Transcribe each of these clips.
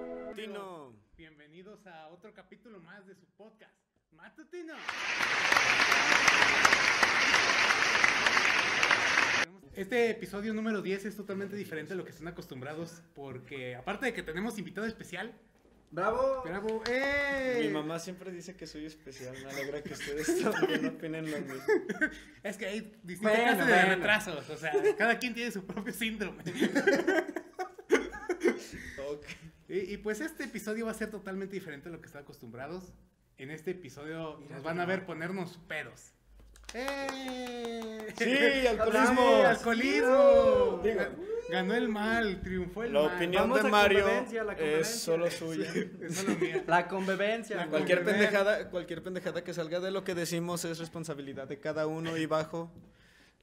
Matutino. Bienvenidos a otro capítulo más de su podcast, Matutino. Este episodio número 10 es totalmente diferente a lo que están acostumbrados porque aparte de que tenemos invitado especial, ¡Bravo! bravo, ¡eh! Mi mamá siempre dice que soy especial. Me alegra que ustedes también opinen lo mismo. Es que hay distintas Bueno, clases de bueno. retrasos, o sea, cada quien tiene su propio síndrome. Ok. Y, y pues este episodio va a ser totalmente diferente a lo que están acostumbrados. En este episodio Mira, nos van a mira. ver ponernos pedos. ¡Eh! Sí, alcoholismo. Sí, alcoholismo. Digo. Ga- Ganó el mal, triunfó el La mal. opinión Vamos de a Mario convivencia, la es convivencia. solo suya. Es solo mía. La convivencia. La güey. Cualquier Conviven- pendejada, cualquier pendejada que salga de lo que decimos es responsabilidad de cada uno y bajo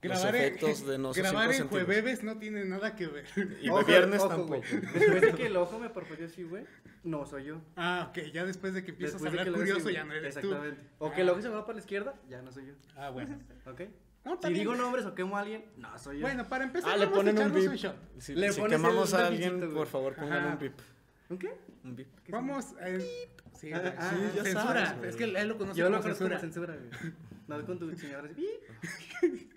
Grabar los en- efectos de nosotros. Grabar en jueves no tiene nada que ver. Y Ojo, de viernes ojo, tampoco. Pues güey. Después de que el ojo me parpadeó así, güey. No, soy yo. Ah, ok, ya después de que empiezas Después a de hablar que el ojo curioso se- ya no eres tú. Exactamente. O que el ojo se me va para la izquierda, ya no soy yo. Ah, bueno. ¿Ok? No, Si también- digo nombres o quemo a alguien, no soy yo. Bueno, para empezar, Ah, le vamos a ponen un echarnos beep. un shot. Si, Le si pones quemamos el a lapicito, alguien, güey. por favor, pongan Ajá. un bip. ¿Un qué? Un bip. Vamos a. Sí, Ah, güey. ah, Sí, ya censura. sabes, güey. es que él lo conoce yo lo como conozco censura. como censura, güey. No, con tu señora. así, "Bii".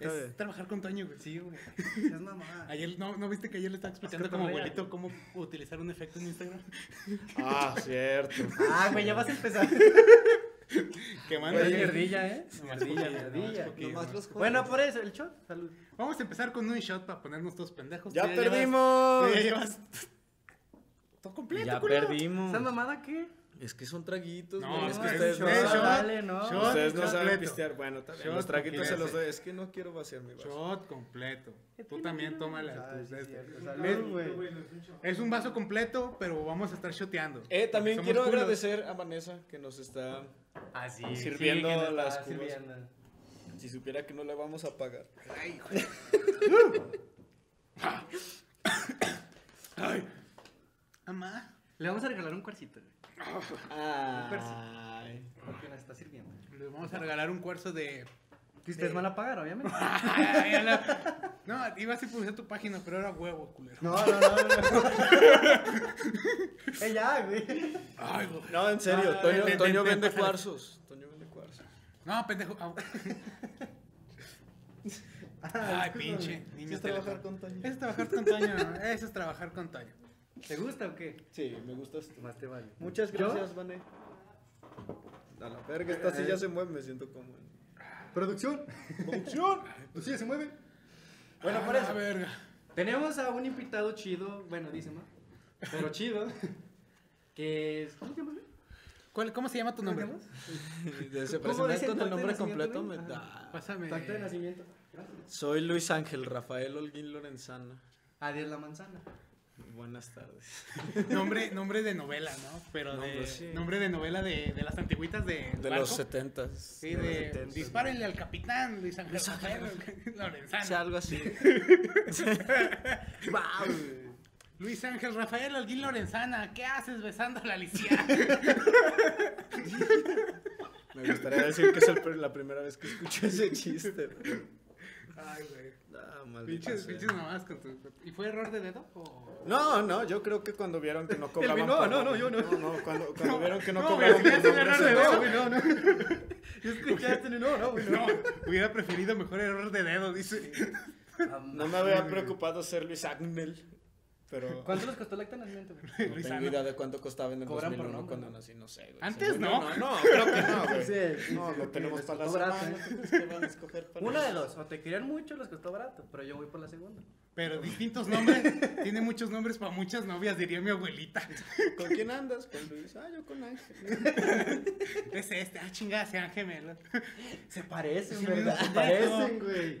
Está Es bien. trabajar con Toño, güey. Sí, güey. Es mamá. Ayer, ¿no, ¿no viste que ayer le estaba explicando Es que como correa, abuelito cómo utilizar un efecto en Instagram? Ah, cierto. Ah, güey, ya vas a empezar. Que manda Eres que- mierdilla, ¿eh? Nomás Mierdilla, poquillo, nomás mierdilla. poquillo, Nomás nomás. los jóvenes. Bueno, por eso, el shot. Salud. Vamos a empezar con un shot para ponernos todos pendejos. ya Tú llevas- perdimos. tú ya Ah, llevas. Todo completo, Ya culero. ¿Esa perdimos. mamada qué? Es que son traguitos, No, güey. es es que que es ustedes no shot, saben. shot, Dale, no. shot. Ustedes no saben completo. pistear. Bueno, también Shot los traguitos se completo. los doy. Es que no quiero vaciar mi vaso. Shot completo. Tú también tómala. Ah, tus sí, de es este. cierto. Salud, güey. Es un vaso completo, pero vamos a estar shoteando. Eh, también Somos quiero culos. agradecer a Vanessa que nos está. Así. Sirviendo las cubas. cubas. Si supiera que no le vamos a pagar. Ay. Amá. Le vamos a regalar un cuarcito, güey. Ay. Porque la está sirviendo. Les vamos a regalar un cuarzo de. Si ustedes van a pagar, obviamente. Ay, a la- No, ibas a publicar tu página, pero era huevo, culero. No, no, no, no. Eh, ya, güey. Ay, güey. No, en serio, Ah, Toño, ven, ven, Toño ven, vende pásale. cuarzos. Toño vende cuarzos. No, pendejo. Au. Ay, pinche. Niño ¿Quieres trabajar teletón. con Toño? Eso es trabajar con Toño. Eso es trabajar con Toño. ¿Te gusta o qué? Sí, me gustas tú. Más te vale. Muchas ¿Yo? gracias, Vane. A la verga, esta silla se mueve, me siento cómodo. Producción. ¡Producción! Pues sí, se mueve. Ah, Bueno, por la eso. verga. Tenemos a un invitado chido. Bueno, dice, ¿no? Pero chido. Que es. ¿Cómo se llama? güey? ¿Cuál- ¿Cómo se llama tu nombre? ¿Cómo se Se ¿Cómo dice presenta con el acta de el nombre nacimiento, completo. güey? me- Ajá. Ah. Pásame. Tu acta de nacimiento. Gracias. Soy Luis Ángel Rafael Holguín Lorenzana. Adiós, la manzana. Buenas tardes. Nombre, nombre de novela, ¿no? Pero de. Nombre, sí. Nombre de novela de, de las antigüitas de. De barco. los setentas. Sí, de los de. 70s, Dispárenle al capitán, Luis Ángel. Luis Ángel Rafael Ah, Lorenzana. O sea, algo así. Luis Ángel Rafael Alguín Lorenzana, ¿qué haces besando a la Alicia? Me gustaría decir que es el pr- la primera vez que escucho ese chiste. güey. Ay, güey. Ah, maldita Pinches, sea. pinches mamás con tu. ¿Y fue error de dedo? O... No, no, yo creo que cuando vieron que no cobraban. güey, no, por no, nombre- no, yo no. No, no, cuando, cuando vieron que no, no, güey, cobraban. si me por nombre, hacen error se de enojaron. dedo, güey, no, no. Yo escuchaste, no, no, güey, No, hubiera preferido mejor error de dedo, dice. No me había preocupado ser Luis Ángel, pero ¿Cuánto les costó el acta de nacimiento, güey? no Luis tengo Ángel. idea de cuánto costaba en el Cobran por 2001 nombre, cuando ¿no? nací, no sé. güey. Antes Según no. yo, No, no, creo que no, güey. Sí, sí, No, sí, lo tenemos les para la costó barato, semana, ¿eh? entonces, ¿qué van a escoger para Una de eso? dos, o te querían mucho, les costó barato, pero yo voy por la segunda. Pero distintos nombres, tiene muchos nombres para muchas novias, diría mi abuelita. ¿Con quién andas? Con Luis. Ah, yo con Ángel. Es este, ah, chingada, sean gemelos. Se parecen, Sí, mismo ¿verdad? Se pendejo. parecen, güey.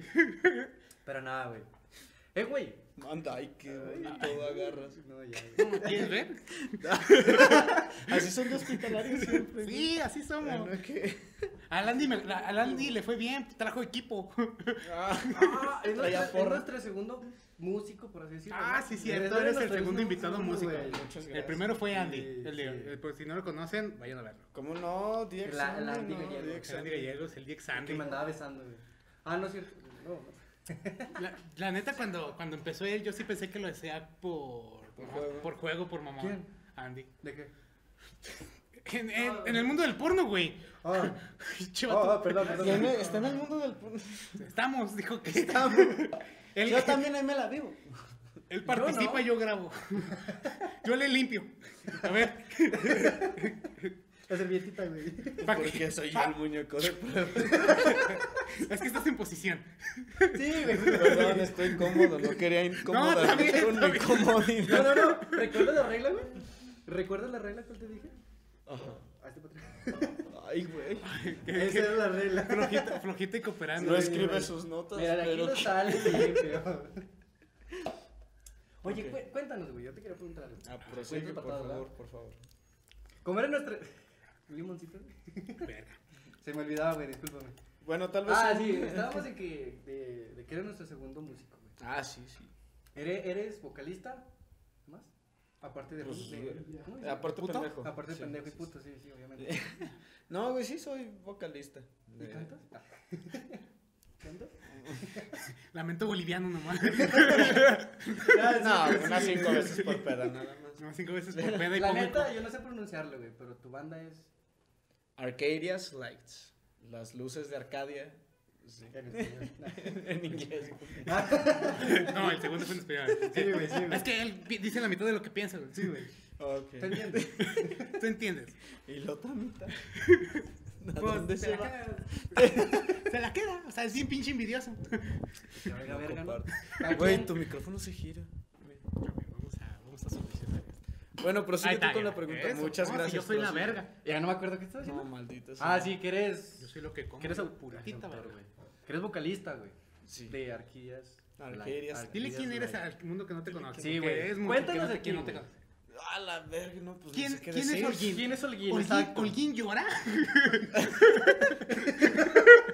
Pero nada, güey. Eh, güey. Anda, ay, qué bonito agarras. No, ya, güey. ¿Quieres ver? Así son de hospitalarios siempre. Sí, así somos. Bueno, que- A Landy, me- a Landy le fue bien, trajo equipo. Ah, es Traía nuestro, es porra. nuestro segundo músico, por así decirlo. Ah, ¿no? sí, cierto, Eres eres el nuestro segundo invitado músico. güey. Muchas gracias. El primero fue Andy. Sí, el de- sí. el- por si no lo conocen, vayan a verlo. ¿Cómo no? Diex. La- hombre, la Andy no, Gallego. Diex, El Andy Gallegos, el Diex Andy. Que me andaba besando, güey. Ah, no es cierto. No, no. La, la neta, cuando, cuando empezó él, yo sí pensé que lo decía por, Por ma- juego. por juego, por mamón. ¿Quién? Andy. ¿De qué? En, en- en el mundo del porno, güey. Ah, Che, ah, vato. ah, perdón, perdón. Tiene- Está en el mundo del... porno. Estamos, dijo que Él, Yo también ahí me la vivo. él participa y yo grabo. Yo le limpio. A ver, La servietita, güey. pa' que- Porque soy yo el muñeco de prueba. es que estás en posición. Sí, güey. Perdón, estoy incómodo. No quería incomodar No, también, con mi también. No, comodidad. no, no. ¿Recuerdas la regla, güey? ¿Recuerdas la regla que te dije? Ajá. Hazte para atrás. Ay, güey. Esa era la regla. Flojita, flojita y cooperando. eh. No es- escribe güey. sus notas, Mira, de aquí pero... no sale limpio. Oye, Ok. cué- cuéntanos, güey. Yo te quería preguntar algo. Ah, prosigue, por Patada, favor, por favor. ¿Cómo era nuestra...? ¿Limoncito? Verga. Se me olvidaba, güey. Discúlpame. Bueno, tal vez... Ah, sí. Estábamos de que, de, de que eres nuestro segundo músico, güey. Ah, sí, sí. ¿Eres, eres vocalista? ¿Más? Aparte de... Pues, de- ¿cómo dice? Aparte ¿Puto? pendejo. Aparte de Sí, pendejo y sí, puto, sí, sí, obviamente. sí. No, güey, sí soy vocalista. ¿Y De- cantas? Ah. ¿Cantas? Lamento boliviano nomás. No, unas cinco veces por peda, nada más. No, cinco veces por peda y La pongo el neta, yo no sé pronunciarlo, güey, pero tu banda es. Arcadia's Lights. Las luces de Arcadia. Sí. En español. en inglés. cu- No, el segundo fue en español. Sí, güey, sí, güey. Es que él pi- dice la mitad de lo que piensa, güey. Sí, güey. Ok. ¿Te entiendes? Tú entiendes. Y la otra mitad. ¿A Pues, dónde se va? queda. se la queda. O sea, es bien pinche envidioso. Verga, verga, ¿no? Comparte. ¿A Güey, quién? tu micrófono se gira. Vamos a, vamos a solucionar. Bueno, Ahí prosigue está, tú con ya. la pregunta. Eso. Muchas No, si gracias. Yo soy la prosigue. verga. Ya no me acuerdo qué estás No, diciendo. maldita sea. ah, sí, que Yo eres. soy lo que como. Que eres yo, putita, puritita, verga. güey. Que eres vocalista, güey. Sí. De Arquillas. Arquillas. Live. Dile quién Arquillas eres Live. al mundo que no te conoce. Sí, porque güey. Es mucho Cuéntanos que no te- de quién ti, no te güey. conoce. A Ah, la verga, no, pues ¿Quién- no sé qué quién es decir. Holguín? ¿Quién es Holguín? Holguín, Exacto. Holguín llora.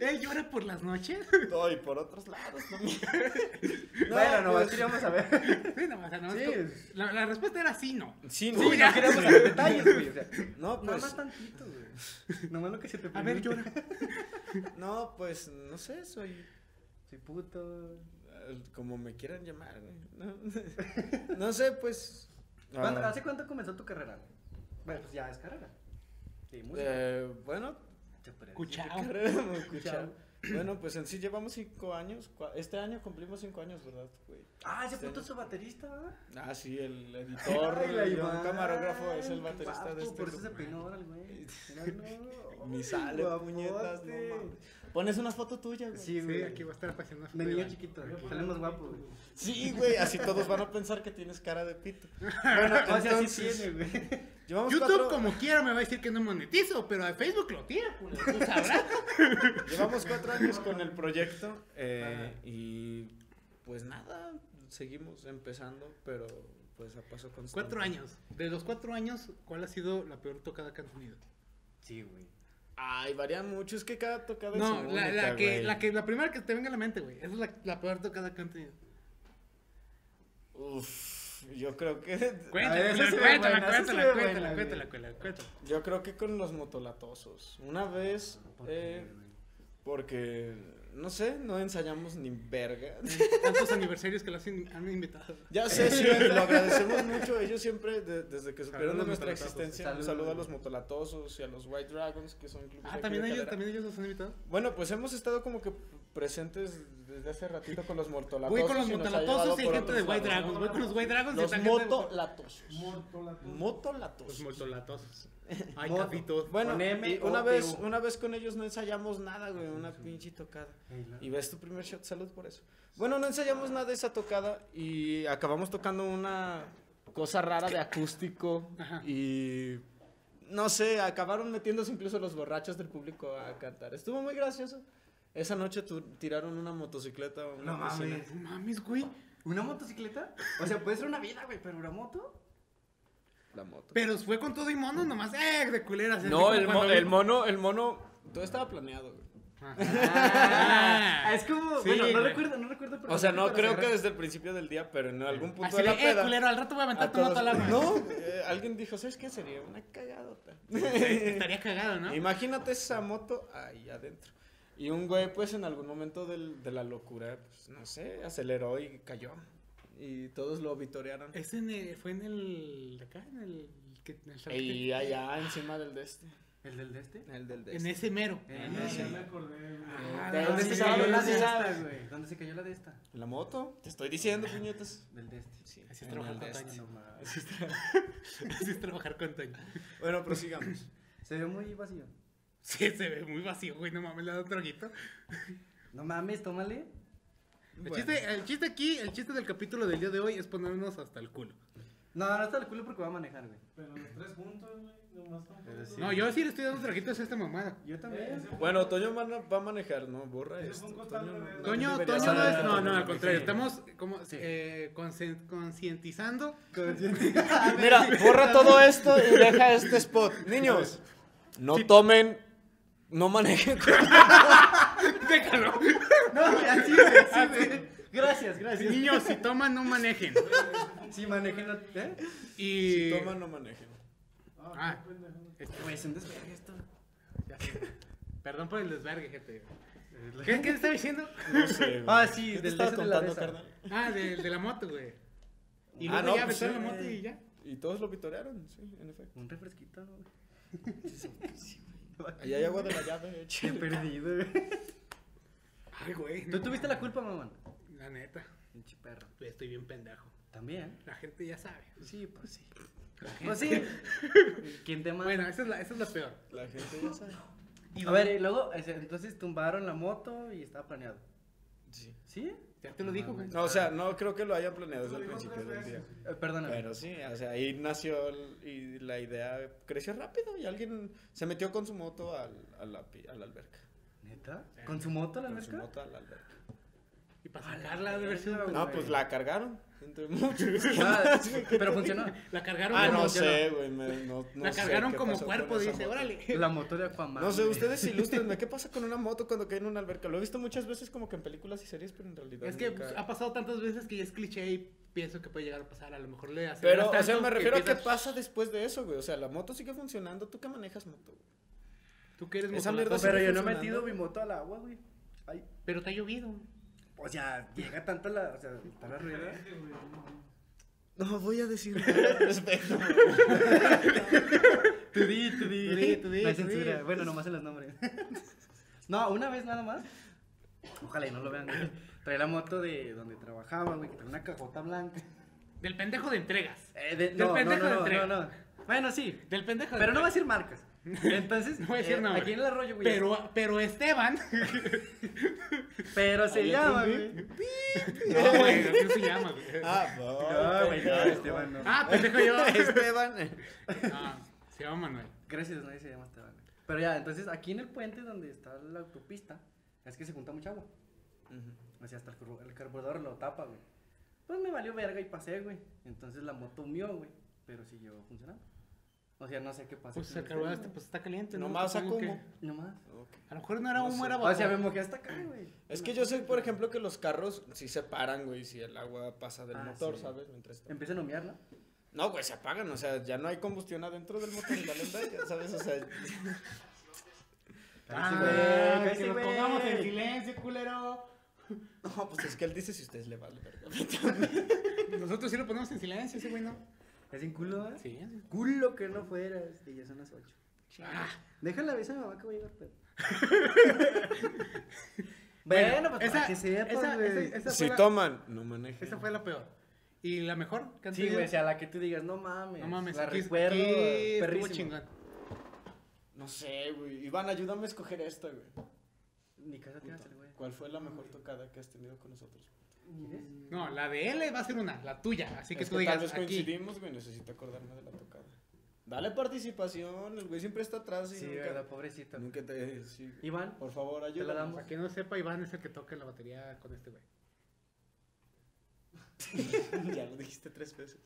Él llora por las noches. No, y por otros lados también. Bueno, no, pues- así vamos a ver. Sí, no, o sea, no, Sí. es como- la, la respuesta era sí, no. Sí, Sí, no, no queríamos saber detalles, güey. O sea, no, nada pues, más tantito, güey. Nomás lo que se te A ver, pregunte. llora. no, pues, no sé, soy Soy puto. eh, como me quieran llamar, güey. No, no sé, pues, ¿Cuándo- ah, ¿Hace cuánto comenzó tu carrera? güey? Bueno, pues ya es carrera. Sí, música. eh, bueno, Se podría decir. Cuchao. carrera me escucha. Chao. Bueno, pues en sí llevamos cinco años, cua- este año cumplimos cinco años, ¿verdad, güey? Ah, ese Sí. puto es su baterista, ¿verdad? Ah, sí, el editor, Ay, la el Iván, camarógrafo es el qué baterista guapo, de este Por eso se grupo. peinó ahora el güey. Mira, no. Ni sale, Guapote. puñetas, no mames. Pones una foto tuya, güey. Sí, Sí, güey. aquí va a estar haciendo una De foto niño Iván. chiquito. Sale más guapo, güey. Sí, güey, así todos van a pensar que tienes cara de pito. Bueno, o sea, sí entonces- tiene, güey. Llevamos YouTube cuatro, como quiera me va a decir que no monetizo, pero a Facebook lo tira, culo, tú sabrás. llevamos cuatro años con el proyecto eh, y pues nada, seguimos empezando, pero pues a paso constante. Cuatro años. De los cuatro años, ¿cuál ha sido la peor tocada que han tenido? Sí, güey. Ay, varían mucho, es que cada tocada es No, la, la única, que, güey. la que, la primera que te venga a la mente, güey. Esa es la, la peor tocada que han tenido. Uf, yo creo que... Cuéntala, esa se cuéntala, ve buena, esa se cuéntala, ve cuéntala, buena, cuéntala, cuéntala, cuéntala. Yo creo que con los motolatosos. Una vez, eh, porque, no sé, no ensayamos ni verga. En Tantos aniversarios que las in- han invitado. Ya sé, sí, lo agradecemos mucho. Ellos siempre, de- desde que supieron Saludos, de nuestra motolatosos. existencia, un Saludos. saludo a los motolatosos y a los White Dragons, que son clubes de Ah, aquí también de ellos, Calera. también ellos los han invitado. Bueno, pues hemos estado como que presentes desde hace ratito con los motolatosos. Voy con los y nos ha motolatosos llevado y hay por gente de otros White lados. Dragons. Voy con los White Dragons y Los también gente de- motolatosos. Los Motolatosos. motolatosos. Ay, Moto. capitos. Bueno, Con M y o una T vez, U. una vez con ellos no ensayamos nada, güey, una pinche tocada. Y ves tu primer shot, salud por eso. Bueno, no ensayamos nada de esa tocada y acabamos tocando una cosa rara de acústico Ajá. y no sé, acabaron metiéndose incluso los borrachos del público a cantar. Estuvo muy gracioso. Esa noche tu- tiraron una motocicleta a una No mames. piscina. No mames, güey. ¿Una motocicleta? O sea, puede ser una vida, güey, pero una moto. La moto. Pero fue con todo y mono nomás. ¡Eh! De culeras. así No, como el, mo- cuando vi- el mono, el mono, todo estaba planeado, güey. Ajá. Ah, es como. Sí, bueno, no güey. recuerdo, no recuerdo. O sea, no perfectamente, creo que pero desde el principio del día, pero en algún punto Así de de, la eh, peda. culero, al rato voy a aventar a tu moto todos- al agua. No, eh, alguien dijo, ¿sabes qué? Sería una cagadota. Estaría cagado, ¿no? Imagínate esa moto ahí adentro. Y un güey, pues en algún momento del- de la locura, pues no sé, aceleró y cayó. y todos lo vitorearon. ¿Es en el- fue en el. de acá? En el. que- en el Shark Y Tank? allá encima del de este. ¿El del de este? Eh, El del de En este. ese mero. En Ah, ese. sí. me acordé, Ah, ¿De no, dónde sí, se sí, sabe yo la sí. de- güey? ¿Dónde se cayó la de esta? ¿La moto? Te estoy diciendo, puñetas. Del de este. Sí. Así en es trabajar el de con este. Toño. No mames. Así es trabajar con Toño. Bueno, prosigamos. Se ve muy vacío. Sí, se ve muy vacío, güey. No mames, le da un traguito. No mames, tómale. El, Bueno. chiste, el chiste aquí, el chiste del capítulo del día de hoy es ponernos hasta el culo. No, no está el culo porque va a manejar, güey. Pero los tres juntos, güey, nomás con Pero fotos. Eh, Sí. Eh, No, yo sí le estoy dando traguitos a esta mamada. Yo también. Bueno, Toño man- va a manejar, ¿no? Borra Ese esto. fue un Toño, no- contacto de- no Toño, debería Toño no saber. es. No, no, al Sí. contrario. Estamos como eh, consen- concientizando. Ah, Mira, borra todo esto y deja este spot. Niños, no tomen, no manejen. Déjalo. No, güey, así, güey, así, güey. Gracias, gracias. Niños, si toman, no manejen. Sí, manejen la. ¿Eh? Y. Toman, no manejen. Ah, Ah. qué pendejo. Este, Güey, es un despegue esto. ya sé. Perdón por el desvergue, gente. ¿Qué, ¿Qué te estaba diciendo? No sé. Ah, güey. sí, ¿Qué te del estabas de esa de la contando, de esa. carnal? Ah, de, de la moto, güey. Y Ah, luego no, ya pues aventaron sí, la moto güey. y ya. Y todos lo vitorearon, sí, en efecto. Un refresquito, ¿no, güey. Allá hay agua de la llave, Qué chile. perdido, güey. Ay, güey. Tú tuviste la culpa, mamón. La neta, Pinche perro. estoy bien pendejo. También. La gente ya sabe. Sí, pues sí. La gente- Pues sí. ¿Quién te manda? Bueno, esa es la, esa es la peor. La gente ya sabe. A ver, y luego, ese- entonces tumbaron la moto y estaba planeado. Sí. ¿Sí? Eh, Ya te lo dijo, güey. No, o sea, no creo que lo hayan planeado desde Lo el dijo principio tres del día. veces. Eh, perdóname. Pero sí, o sea, ahí nació el- y la idea creció rápido y alguien se metió con su moto al, a, la, pi- a la alberca. ¿Neta? ¿Con su moto la Con su alberca? moto a la alberca. Y para sacarla de haber sido un Pues, No, güey. pues la cargaron. Entre muchos. Ah, pero funcionó. La cargaron Ah, como, no no, sé, güey. me- No, no la sé cargaron qué como pasó con cuerpo, esa dice, moto. órale. La moto de Aquaman. No sé, güey. ustedes ilústrenme. ¿Qué pasa con una moto cuando cae en una alberca? Lo he visto muchas veces como que en películas y series, pero en realidad. Es que nunca- pues, ha pasado tantas veces que ya es cliché y pienso que puede llegar a pasar. A lo mejor le hace. Pero, o sea, me refiero a qué pasa después de eso, güey. O sea, la moto sigue funcionando. ¿Tú qué manejas moto? güey? Tú que eres Esa motolatoso, mierda Pero sigue yo no he funcionando. metido mi moto al agua, güey. Ay, Pero te ha llovido. o sea, llega tanto la. O sea, está la rueda. Este, güey, no. No voy a decir nada al respecto. Tú di, tú Tú di, tú di, No hay tú di. censura. Bueno, nomás en los nombres. No, una vez nada más. Ojalá y no lo vean. güey. Trae la moto de donde trabajaba, güey, que trae una cajota blanca. Del pendejo de entregas. Eh, de- Del no, no, pendejo de no, entrega. no, no. Bueno, sí. Del pendejo de Pero no va a entregas. decir marcas. Entonces, No voy a decir eh, nombres. aquí en el arroyo, güey. Pero, pero Esteban. pero se Ahí llama, aprendí. güey. No, güey, así se llama, güey. Ah, pues, No, güey, no, Esteban, no. Ah, pendejo yo. Este. Esteban. No, se llama Manuel. Gracias, nadie se llama Esteban. Pero ya, entonces aquí en el puente donde está la autopista, es que se junta mucha agua. O sea, hasta el, carbu- el carburador lo tapa, güey. Pues me valió verga y pasé, güey. Entonces la moto mío, güey. Pero siguió funcionando. O sea, no sé qué pasó. Pues con el el carburador tema, este, pues está caliente. Nomás Supongo sacó que- humo. güey. Nomás. A lo mejor no era No humo, sé. era O sea, me vapor. mojé hasta acá, güey. Es que yo sé, por ejemplo, que los carros sí se paran, güey, si el agua pasa del Ah, motor, sí. ¿sabes? Mientras está- Empieza a nomear, ¿no? No, güey, se apagan, o sea, ya no hay combustión adentro del motor y la lenda, ya sabes, o sea, Cállese, Ah, cállese, que nos güey. pongamos en silencio, culero. no, pues es que él dice si ustedes le vale, verga. Nosotros sí lo ponemos en silencio, ese güey no. Es en culo, ¿eh? Sí. Culo que no fueras. Y ya son las 8. Ah, Déjale avisar a mi mamá que voy a llegar, pedo. Bueno, bueno, pues, pues esa- para que sepas, esa- güey. esa- esa- Si fue la- toman, no manejen. esa fue la peor. ¿Y la mejor? que han Sí, tenido? güey, o sea, la que tú digas, no mames. No mames, la aquí- recuerdo. aquí estuvo perrísimo. chingón. No sé, güey, Iván, ayúdame a escoger esta, güey. Ni casa te Puta, hace, güey. ¿Cuál fue la mejor tocada que has tenido con nosotros? No, la de él va a ser una, la tuya. Así que Es tú que tal digas vez aquí. coincidimos, güey, necesito acordarme de la tocada. Dale participación, el güey siempre está atrás y Sí, nunca... verdad, pobrecito. Nunca te... sí, güey. Iván, Por favor, la ayúdame. damos. Para que no sepa, Iván es el que toca la batería con este güey. ya lo dijiste tres veces.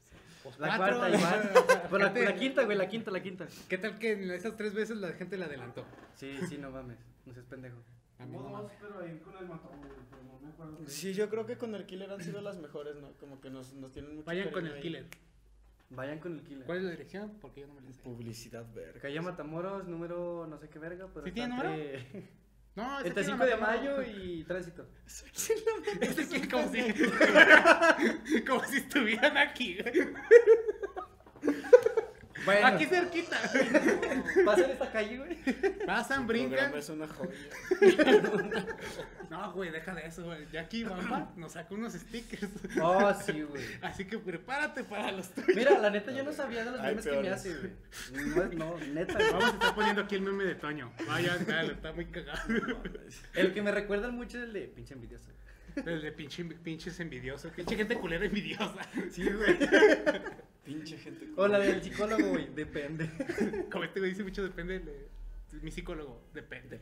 Pues la cuatro, cuarta, Iván. Bueno, la, la quinta, güey, la quinta, la quinta. ¿Qué tal que en esas tres veces la gente la adelantó? Sí, sí, no mames. No seas pendejo. A mí no Hubo dos, mames. pero ahí con el matón, güey, pero no me acuerdo. Sí, yo creo que con el killer han sido las mejores, ¿no? Como que nos, nos tienen mucho Vayan con cariño el ahí. killer. Vayan con el killer. ¿Cuál es la dirección? Porque yo no me la sé. Publicidad verga. Calle Matamoros, número no sé qué verga, pero. ¿Sí tiene está entre- No, es El 5 de mayo y tránsito. Es aquí como si. como si estuvieran aquí, güey. Bueno, Aquí cerquita. pasen esta calle, güey. Pasan, brincan. programa es una joya. No, güey, deja de eso, güey. Jackie Bamba nos sacó unos stickers. Oh, sí, güey. Así que prepárate para los tuyos. Mira, la neta, yo no sabía de los Hay memes que me peores. hace, güey. No, es- no, neta. güey. Vamos a estar poniendo aquí el meme de Toño. Vaya, dale, está muy cagado. El que me recuerdan mucho es el de pinche envidioso. Desde pinche, pinches envidiosos. Pinche gente culera envidiosa. Sí, güey. Pinche gente. O la del psicólogo, güey. Depende. Como este güey dice mucho, depende. de- Mi psicólogo, depende.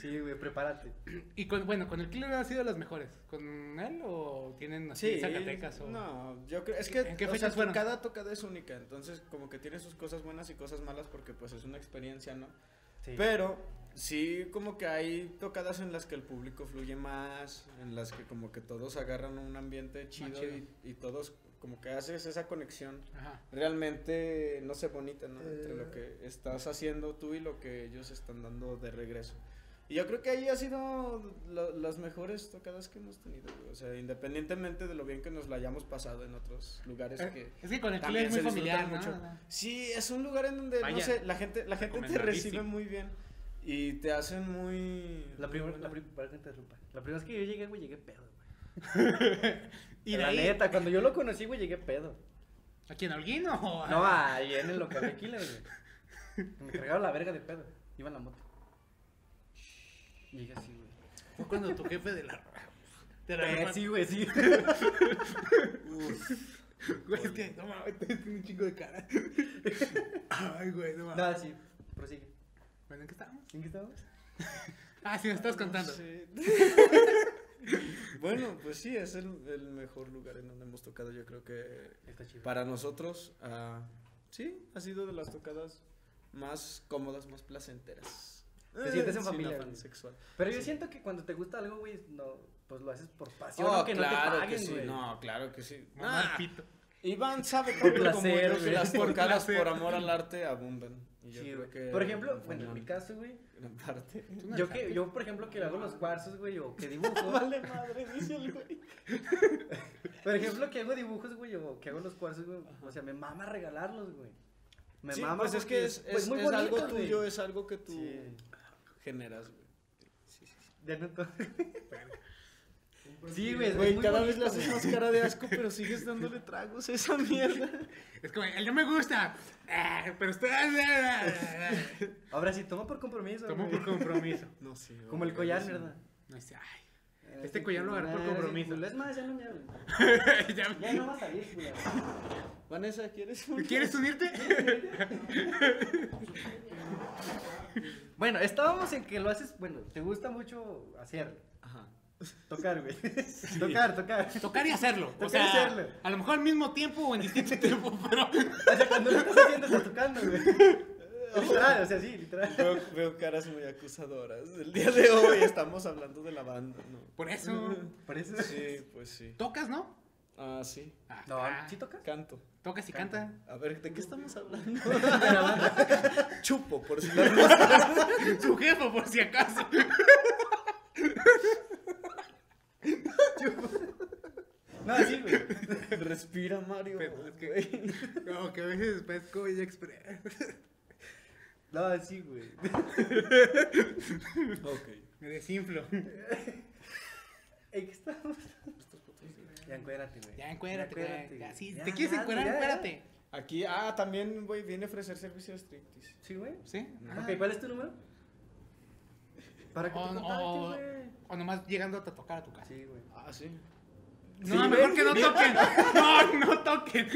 Sí, güey, prepárate. Y con, bueno, con el killer han sido las mejores. ¿Con él o tienen así Sí, Zacatecas? O... no, yo creo, es que ¿En qué o fechas sea, fueron? cada tocada es única, entonces como que tiene sus cosas buenas y cosas malas porque pues es una experiencia, ¿no? Sí. Pero sí como que hay tocadas en las que el público fluye más, en las que como que todos agarran un ambiente chido, chido. Y, y todos como que haces esa conexión Ajá. realmente, no sé, bonita, ¿no? Entre Eh. lo que estás haciendo tú y lo que ellos están dando de regreso. Y yo creo que ahí ha sido la- las mejores tocadas que hemos tenido, güey. O sea, independientemente de lo bien que nos la hayamos pasado en otros lugares Eh, que... es que con el killer también es muy se disfrutan familiar, ¿no? mucho. Sí, es un lugar en donde, no Vaya, sé, la gente, la gente te recomendadísimo. recibe muy bien y te hacen muy... La muy primera, buena- la prim- perdón que te interrumpa. La primera vez que yo llegué, güey, llegué pedo, güey. Y de la ahí, neta, cuando yo lo conocí, güey, llegué pedo. ¿a quién? ¿A Holguín o Ah. a- No, ahí en el local de Killer, güey. Me cargaron la verga de pedo. Iba en la moto. Llegué así, güey. Fue cuando tu jefe de la... De la Eh, Sí, güey, sí. Uf, Güey, es que, no mames, tiene un chingo de cara. Ay, güey, no mames. Nada, sí. Prosigue. Bueno, ¿en qué estábamos? ¿En qué estamos? Ah, sí, me estás contando. sí. bueno, pues sí, es el, el mejor lugar en donde hemos tocado, yo creo que Está chido. Para nosotros, ah, sí, ha sido de las tocadas más cómodas, más placenteras. Te sientes en Sin familia, afán güey. sexual. Pero yo Sí. siento que cuando te gusta algo, güey, no, pues lo haces por pasión, Oh, no que no te paguen, que sí, güey. no, claro que sí. Mamar Ah, pito. Iván sabe Por tanto como placer, yo que güey. las Por porcadas placer. por amor al arte abundan. Y yo Sí, creo güey. que Por ejemplo, bueno, abundan en mi caso, güey, gran parte. Tú no yo le que, sabes. yo por ejemplo que hago los cuarzos, güey, o que dibujo, Vale madre, dice el güey. por ejemplo que hago dibujos, güey, o que hago los cuarzos, güey, o sea, me mama regalarlos, güey. Me Sí, mama pues es que porque es, pues, es- muy es bonito, algo güey. tuyo, es algo que tú Sí. generas, güey. Ya no to- Compré Sí, un güey, es Güey, muy cada vez bonito, le haces güey. más cara de asco, pero sigues dándole tragos a esa mierda. Es como, él no me gusta. Ah, pero usted... eh, Ahora sí, toma por compromiso, Tomo güey. por compromiso. No sé. Como el collar, ¿verdad? No sé, ay. Este collar lo agarré por Ah, sí, compromiso. culo. Es más, ya no me hablen. Ya- Ya no va a salir, güey. Vanessa, ¿quieres ¿Quieres unirte? Bueno, estábamos en que lo haces, bueno, te gusta mucho hacerlo. Ajá. Tocar, güey. Tocar, tocar. Tocar y hacerlo. O Tocar y sea, hacerlo. a lo mejor al mismo tiempo o en distinto tiempo, pero O sea, cuando lo estás haciendo, estás tocando, güey. Literal, o sea, sí, literal. Veo, veo caras muy acusadoras. El día de hoy estamos hablando de la banda, ¿no? por eso Por eso. Sí, pues sí. tocas, ¿no? Ah, sí. Ah, No, ah, ¿sí tocas? Canto. tocas y canta. A ver, ¿de qué estamos hablando? De la banda. Chupo, por si las moscas. Su jefa, por si acaso. No, sí, güey. Respira, Mario. Pero es que- No, que a veces pesco y express. No, sí, güey. Ok. Me desinflo. ¿En qué estamos? Ya encuérate, güey. Ya encuérate, güey. Ya, sí, Ya, ¿Te quieres dale, encuerar? ya, ya. Encuérate. Aquí, ah, también, güey, viene a ofrecer servicio de striptease. Sí, güey. ¿Sí? Ah. Ok, ¿cuál es tu número? Para que O- te o- contactes, güey. O nomás llegando a tocar a tu casa. Sí, güey. Ah, sí. No, mejor que no toquen. No, no toquen.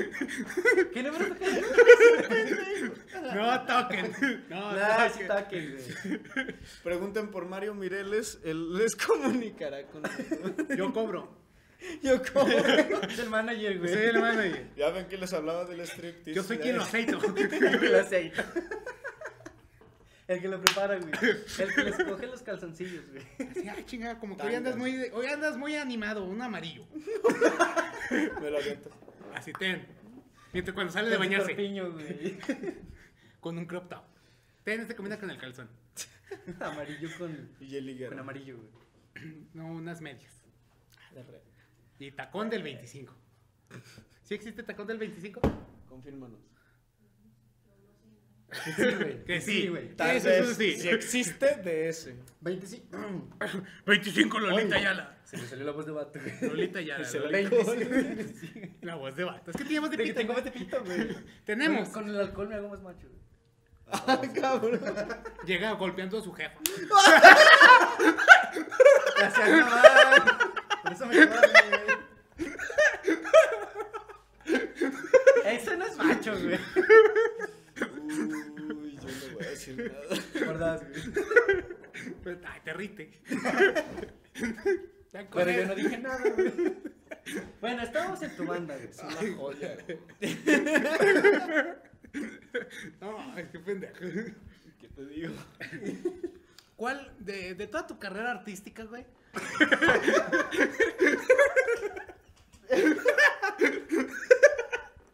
¿Qué número tocaste? No toquen. No, No, sí toquen. toquen, güey. Pregunten por Mario Mireles, él les comunicará con Yo cobro. Yo como. Es el manager, Soy güey. el manager. Ya ven que les hablaba del striptease. Yo soy quien lo Ya- aceito. El que lo aceita. El que lo prepara, güey. El que les coge los calzoncillos, güey. Así, ay, ah, chinga, como que hoy andas muy, de- hoy andas muy animado, un amarillo. Me lo aviento. Así ten. Mientras cuando sale de El bañarse, torpiño, güey. con un crop top. Ten, este combina con el calzón. amarillo con, Y el higuero. con amarillo, güey. No, unas medias. De re- Y tacón del 25. ¿Sí existe tacón del 25? Confírmanos. Que sí, güey. Que sí. güey. Tal Tal Eso, eso vez, sí. si existe, de ese. 25. 25, Lolita Ay. Yala. Se me salió la voz de vato, güey. Lolita Yala. Se Lolita- la- 25. La voz de vato. Es que teníamos de Pero que pito. tengo güey. más de pito, güey. Tenemos. Con, con el alcohol me hago más macho, güey. Ah, cabrón. Llega golpeando a su jefa. Gracias, mamá. Por eso me jodas, güey. Eso no es macho, güey. Uy, yo no voy a decir nada. Gordas, güey. Ay, te rite. Ya con Pero yo él. no dije nada, güey. Bueno, estábamos en tu banda, güey. Es una joya. güey. No, es que pendejo. ¿Qué te digo? ¿Cuál de, de toda tu carrera artística, güey?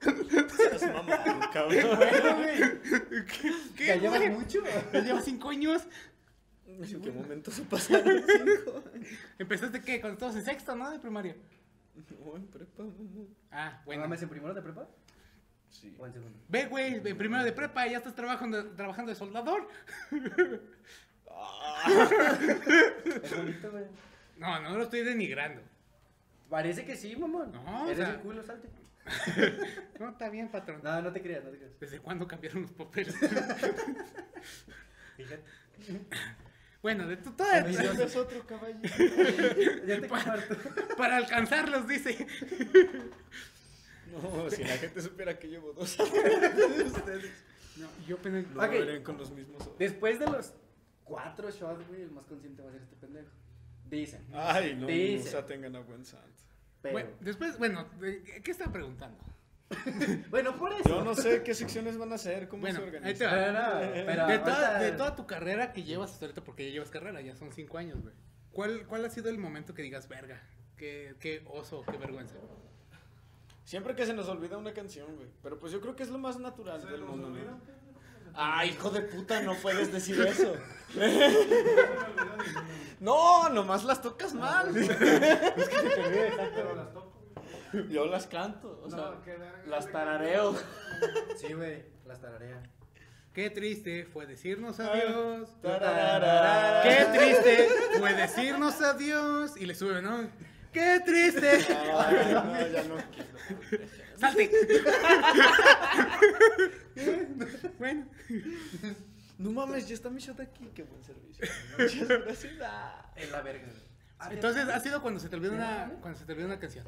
Estás mamado, cabrón. Bueno, güey. ¿Qué, ¿Te llevas güey? mucho? Ya llevas cinco años. ¿En qué momento se pasaron cinco? ¿Empezaste qué? Cuando estabas en sexto, ¿no? De primaria. No, en prepa, mamá. Ah, Bueno, bueno. ¿me en primero de prepa Sí. o en segundo? Ve, güey, en primero de prepa ya estás trabajando, trabajando de soldador. Es bonito, güey. No, no lo estoy denigrando. Parece que sí, mamón. No, o Eres sea- el culo, salte. No, está bien, patrón. No, no te creas, no te creas. ¿Desde cuándo cambiaron los papeles? Fíjate. bueno, de tu- toda- Ese es otro caballero. Ya te comparto. para alcanzarlos, dice. No, si la gente supiera que llevo dos años de ustedes. No, yo apenas... Lo Ok. verán con los mismos ojos. Después de los cuatro shots, güey, el más consciente va a ser este pendejo. Dicen. Ah, Ay, no, no, Dice. o sea, tengan a buen santo. Pero. Bueno, Bueno, después, bueno, ¿de- ¿qué estaba preguntando? por eso. Yo no sé qué secciones van a hacer, cómo Bueno, se ahí te organizan. va. Pero no, pero de, toda, ahorita- de toda tu carrera que llevas hasta ahorita, porque ya llevas carrera, ya son cinco años, güey. ¿Cuál, ¿Cuál ha sido el momento que digas, verga, qué, qué oso, qué vergüenza? Siempre que se nos olvida una canción, güey. Pero pues yo creo que es lo más natural del nos mundo, olvida? ¿no? Ah, hijo de puta, no puedes decir eso. no, nomás las tocas mal. Pero las toco. Yo las canto, o sea, No, qué verga. las tarareo. Sí, güey, las tararea. Qué triste fue decirnos adiós. ah, Tararara. Qué triste fue decirnos adiós. Y le sube, ¿no? Qué triste. Ay, no, ya no quiero. Salte. bueno, No mames, ya está mi shot aquí, qué buen servicio. Muchas gracias. Ah. En la verga. güey. entonces ha sido cuando se te olvida una, cuando se te olvida una canción.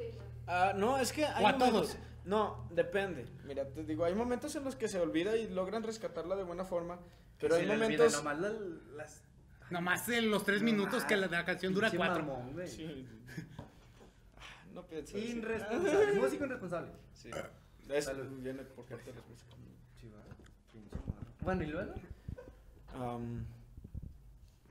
Ah, no, es que hay O a momentos- todos. No, depende. Mira, te digo, hay momentos en los que se olvida y logran rescatarla de buena forma, pero Se hay le olvida momentos Nomás la- las. Nomás en los tres minutos que la, la canción dura Pinche cuatro. mamón, güey. Sí. Ah, No pienso. decir nada. Irresponsable. Músico irresponsable. Sí. Ah. Es- Salud. viene por parte de los músicos. Sí, va. Pinche mamón. Bueno, y luego. Am,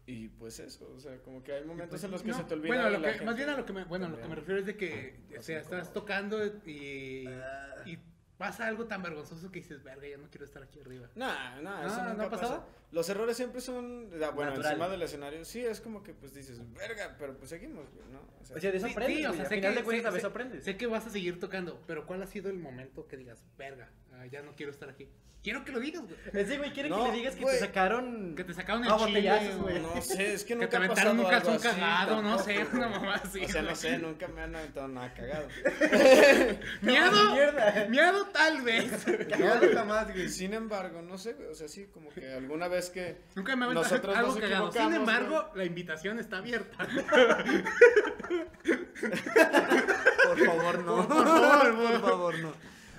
y pues eso, o sea, como que hay momentos Pues, en los que no, se te olvida. Bueno, de lo la que, gente. más bien a lo que me, bueno, a lo que me refiero es de que o sea, estás tocando y, Ah. y pasa algo tan vergonzoso que dices, verga, ya no quiero estar aquí arriba. Nah, nah, No, eso ¿no nunca ha pasado? pasa. Los errores siempre son, ah, bueno, Natural. encima del escenario. Sí, es como que pues dices, verga, pero pues seguimos, güey, ¿no? O sea, O sea, de eso Sí, aprendes. sí, o güey, sea, Al sé final que- de cuentas, sé- de eso sé- aprendes. Sé que vas a seguir tocando, pero ¿cuál ha sido el momento que digas, verga, ah, ya no quiero estar aquí? Quiero que lo digas, güey. Ese güey quiere No, que le digas que güey. te sacaron. Que te sacaron el Ah, chile, botellazos, o- güey. no sé, es que Que nunca te ha aventaron pasado un algo calzón así, cagado, no tampoco, sé, güey. una mamá así. O sea, no güey. sé, nunca me han aventado nada cagado. Miado, Mierda. miado tal vez. Cagado jamás, güey. Sin embargo, no sé, güey, o sea, sí, como que alguna vez que... Nunca me aventado Nosotros algo nos cagado. Sin equivocamos, embargo, la invitación está abierta. Por favor, no. Por favor, por favor, no.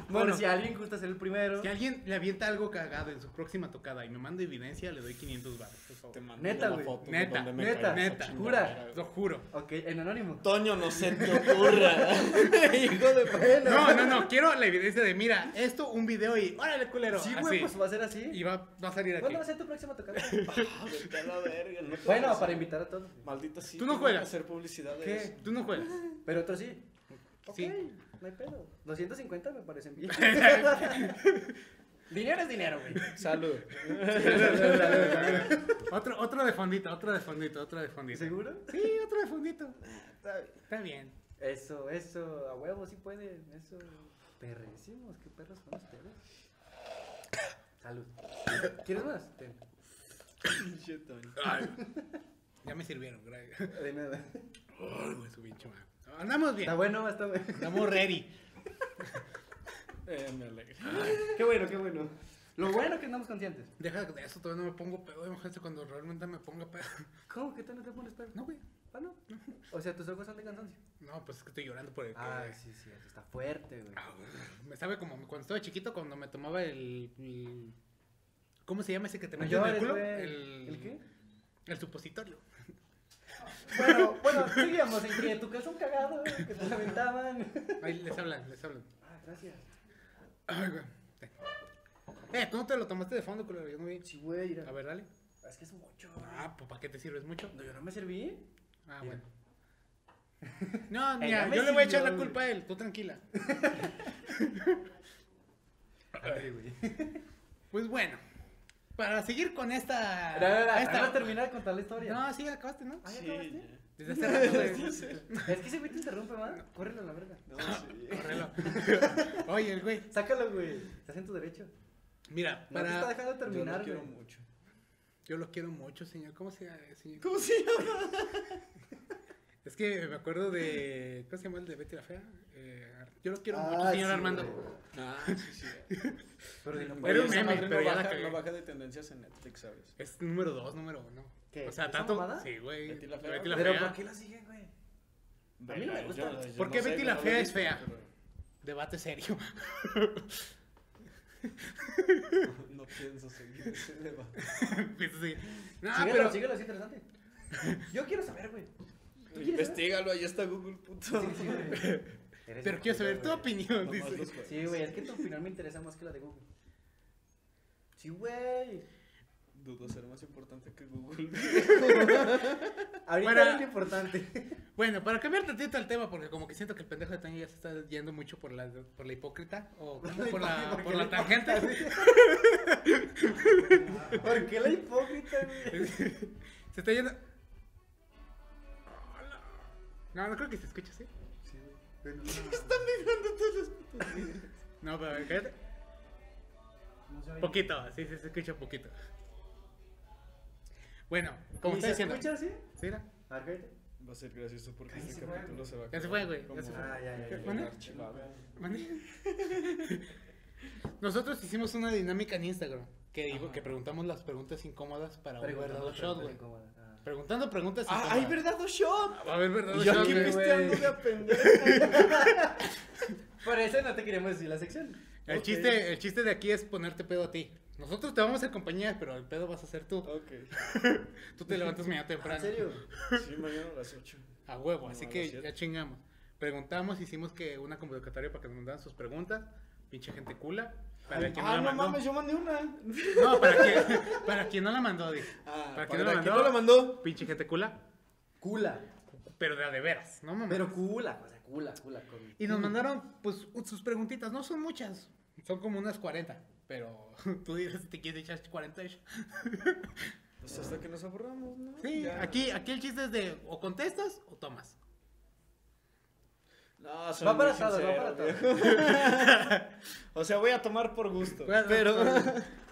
Bueno, Bueno. si alguien gusta ser el primero. Si alguien le avienta algo cagado en su próxima tocada y me manda evidencia, le doy 500 baros, por favor. mando Neta, una güey. foto de Neta, donde me neta, cayó esa neta. chingadera, Jura. güey. Lo juro. Ok, en anónimo. Toño, no se te ocurra. Hijo de pena. No, no, no, quiero la evidencia de, mira, esto, un video y, órale, culero. Sí, así. güey, pues va a ser Y así. va, va a salir aquí. ¿Cuándo va a ser tu próxima tocada? Vete a la verga, no te bueno, vas a- para invitar a todos. Maldito sí. Tú no voy a juegas. hacer publicidad de ¿Qué? eso. Tú no juegas. Pero otros sí. Ok, Sí. no hay pedo. 250 me parecen bien. Dinero es dinero, güey. Salud. otro, otro de fondito, otro de fondito, otro de fondito. ¿Seguro? Sí, otro de fondito. Está bien. Eso, eso, a huevo, sí pueden. Eso. Perrísimos, qué perros son ustedes. Salud. ¿Quieres más? Ten. Shit, Tony. Ya me sirvieron, gracias. De nada. Ay, güey, su pinche madre. Andamos bien. Está bueno, está bueno. Andamos ready. Eh, me alegra. Qué bueno, qué bueno. Lo bueno que andamos conscientes. Deja de eso, todavía no me pongo pedo. Imagínate cuando realmente me ponga pedo. ¿Cómo que tú no te pones pedo? No, güey. ¿Ah, no? O sea, tus ojos son de cansancio. No, pues es que estoy llorando por el que- Ay, Ah, sí, sí, eso está fuerte, güey. Ah, güey. Me sabe como cuando estaba chiquito, cuando me tomaba el. el- ¿Cómo se llama ese que te No mete en el llores, culo? güey. El, ¿El qué? El supositorio. Bueno, bueno, seguíamos en que tu casa un cagado, güey, que te lamentaban. Ahí les hablan, les hablan. Ah, gracias. Ay, güey. Ten. Eh, tú no te lo tomaste de fondo, culero. Yo no vi. Sí, güey, mira. A ver, dale. Es que es mucho. güey. Ah, pues ¿para qué te sirves mucho? No, yo no me serví. Ah, bueno. Mira. Eh, No, mira, ya me yo le voy a sirvió, echar la güey. culpa a él. Tú tranquila. Ándale, güey. Pues bueno, para seguir con esta. No, no, no, esta- no terminar de contar la historia. No, sí, acabaste, ¿no? Ah, ya Sí, acabaste. ya. Desde hace rato, güey. Es que ese güey te interrumpe, ¿verdad? Córrelo a la verga. No, sí. Córrelo. Oye, el güey. Sácalo, güey. Estás en tu derecho. Mira, No te para. está dejando Yo lo terminar, quiero güey. mucho. Yo lo quiero mucho, señor. ¿Cómo se llama, señor? ¿Cómo se llama? Es que me acuerdo de. ¿Cómo se llama el de Betty la Fea? Eh, yo lo quiero Ah, mucho, señor sí, Armando. güey. Ah, Pero dilo, Era pues. un Oye, esa meme, madre pero no ya la baja, cagué. no baja de tendencias en Netflix, ¿sabes? es número dos, número uno. ¿Qué? O sea, ¿Esa tanto. mamada? Sí, güey. Betty la Fea. Betty la Pero ¿por Fea. qué la siguen, güey? A mí no me gusta. Yo- yo ¿Por no qué sé, Betty yo la no lo Fea he es visto, fea? pero- Debate serio. No pienso seguir ese debate. pues, Sí. No, síguelo, Ah, pero. síguelo, es interesante. Yo quiero saber, güey. ¿Tú quieres saber? Investígalo, ahí está Google, puto. Sí, sí, güey. Eres Pero quiero hipócrita, saber tu güey. opinión, Nomás dice. los jueves. Sí, güey, es que tu opinión me interesa más que la de Google. Sí, güey. Dudo ser más importante que Google. Ahorita Bueno. es lo importante. Bueno, para cambiar tantito el tema, porque como que siento que el pendejo de Tania ya se está yendo mucho por la, por la hipócrita o como por la, por la tangente. ¿Por qué la hipócrita, güey? Se está yendo. No, no creo que se escuche, ¿sí? No, pero cállate. Poquito, sí, sí, se escucha poquito. Bueno, como ¿Y está se diciendo. escucha así? Sí, mira, A ver, cállate. Va a ser gracioso porque Casi este se fue, capítulo se va a Ya se fue, güey, ya como- se fue. Ah, ya, ya, ya. ¿Mande? Archivado. mande. Nosotros hicimos una dinámica en Instagram que dijo Ajá. que preguntamos las preguntas incómodas para un Pregunta, verdadero no, shot, pregunta güey. incómoda. Ah. Preguntando preguntas ¡Ah, hay incómodas. verdad o shot! Va a haber verdadero Y yo shot, aquí güey. me- pisteando güey. de a pendejo. Por eso no te queremos decir la sección. El Ok. chiste, el chiste de aquí es ponerte pedo a ti. Nosotros te vamos a acompañar, pero el pedo vas a ser tú. Ok. Tú te levantas mañana Ah, ¿En temprano. serio? Sí, mañana a las 8. A huevo, No, así a que las siete. ya chingamos. Preguntamos, hicimos que una convocatoria para que nos mandaran sus preguntas. Pinche gente cula. Para quien no Ah, la no mandó. mames, yo mandé una. No, para quien, para quien no la mandó, dije. Ah, ¿Para ¿Para, quién no la quién mandó? no la mandó? Pinche gente cula. Cula. Pero de a de veras, ¿no mames? Pero cula, o sea, cula, cula. Con... Y mm. nos mandaron, pues, sus preguntitas. No son muchas. Son como unas 40. Pero tú dirás si te quieres echar 40 de- Pues hasta que nos aburramos, ¿no? Sí, Ya. aquí, aquí el chiste es de o contestas o tomas. No, soy Va muy para todos, va sincero, para viejo. todos. O sea, voy a tomar por gusto. Vas a- Pero.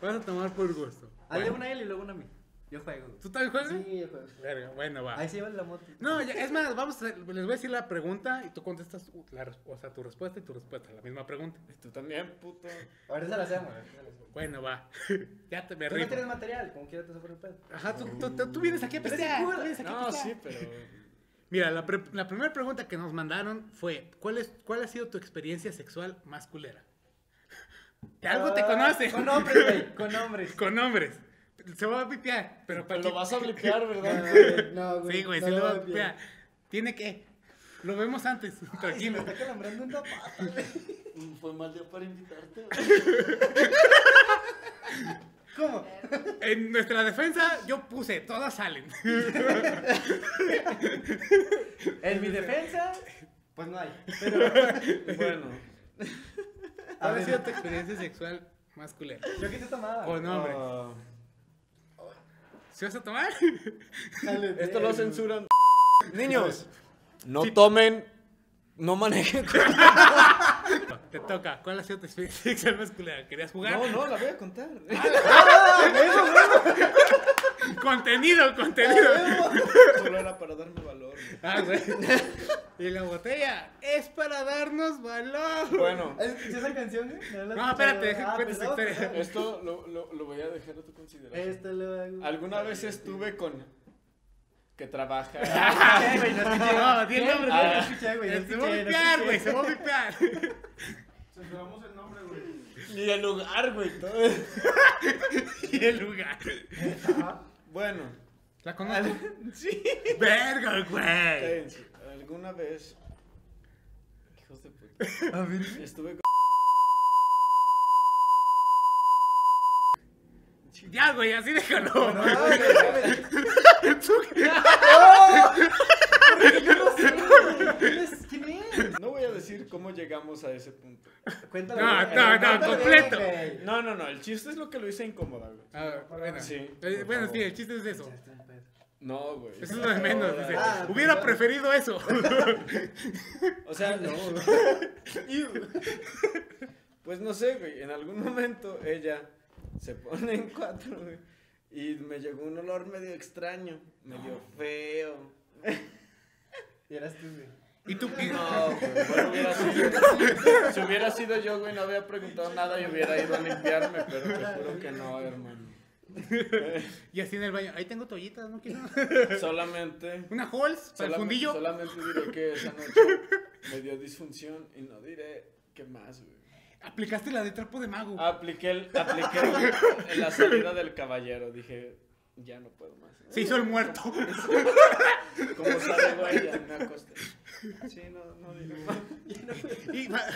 Vas a tomar por gusto. Hazle Bueno. una a él y luego una a mí. Yo juego. güey. ¿Tú también juegas? Sí, yo juego. Verga, bueno, va. Ahí se lleva la moto. No, ya, es más, vamos a, hacer- les voy a decir la pregunta y tú contestas uh, la res- o sea, tu respuesta y tu respuesta, la misma pregunta. Y tú también, puto. Ahorita se la hacemos. ahorita se la hacemos. Bueno, va. ya te me Tú no rifo. tienes material, como quiera te sobra el pedo. Ajá, tú, tú- tú- tú vienes aquí a pistear. tú vienes aquí a No, pistear. sí, pero. Mira, la, pre- la primera pregunta que nos mandaron fue, ¿cuál, es, ¿cuál ha sido tu experiencia sexual más culera? De algo te Ah, conoces. Con hombres, güey. Con hombres. Con hombres. Se va a pipear, pero para pues Lo que- vas a blipear, ¿verdad? No, Sí, güey, no sí lo va a veo bien. pipear. Tiene que. Lo vemos antes, Ay, se me tranquilo. está calambrando una pata, güey. Mm, Fue mal día para invitarte. ¿Cómo? En nuestra defensa, yo puse, todas salen. En mi defensa, pues no hay. Bueno, ¿Cuál A ha ver. sido tu experiencia sexual más culero. Yo quise tomar. Con nombre. Ah, Oh, ¿Se vas a tomar? esto lo censuran. Niños, no tomen, no manejen. Te toca. ¿Cuál ha sido tu experiencia sexual más culera? ¿Querías jugar? No, no, la voy a contar. Contenido, contenido. Solo era para darme valor. güey. Ah, güey. Y la botella es para darnos valor. Bueno, ¿Es, ¿sí esa canción, güey? No, la he No, escuchado. espérate, Ah, deja que cuente pues su pensaba que historia. no. esto lo, lo, lo voy a dejar a tu consideración. Esto lo hago. Alguna vez estuve con. que trabaja. Eh, güey, no escuché. No, di el Eh, nombre, no di Ah. el- Ah. escuché, güey. No Ah, se va a escuché, no pipear, güey, se escuché. va a pipear. Censuramos el nombre, güey. Ni el lugar, güey. todo. Y el lugar. Bueno, ¿La conozco? Sí. Verga, güey. cállense. Alguna vez. Hijos de puta. A ver. Estuve con. Ya, güey, así déjalo. ¿Quién es? ¿Quién es? No voy a decir cómo llegamos a ese punto. Cuéntalo. No, güey. no, no, Cuéntalo, completo. güey. No, no, no. El chiste es lo que lo hice incómoda, güey. A ver, bueno, Sí, Eh, por bueno sí, favor. el chiste es eso. No, güey. Eso es lo de menos. Dice, Ah, hubiera perdón. preferido eso. O sea, no. pues no sé, güey. En algún momento ella se pone en cuatro, güey. Y me llegó un olor medio extraño, medio feo. Y eras tú, güey. Y tú, y- No, güey. bueno, hubiera sido- si hubiera sido yo, güey, no había preguntado nada y hubiera ido a limpiarme, pero te juro que no, hermano. y así en el baño. Ahí tengo toallitas, ¿no quieres? Solamente. Una Halls para el solamente- fundillo. Solamente diré que esa noche me dio disfunción y no diré qué más, güey. Aplicaste la de trapo de mago. Apliqué, el, apliqué el- en la salida del caballero. Dije, ya no puedo más. Se hizo el muerto. Como sabe, güey, ya me acosté. Sí, no, no diré más. Y va-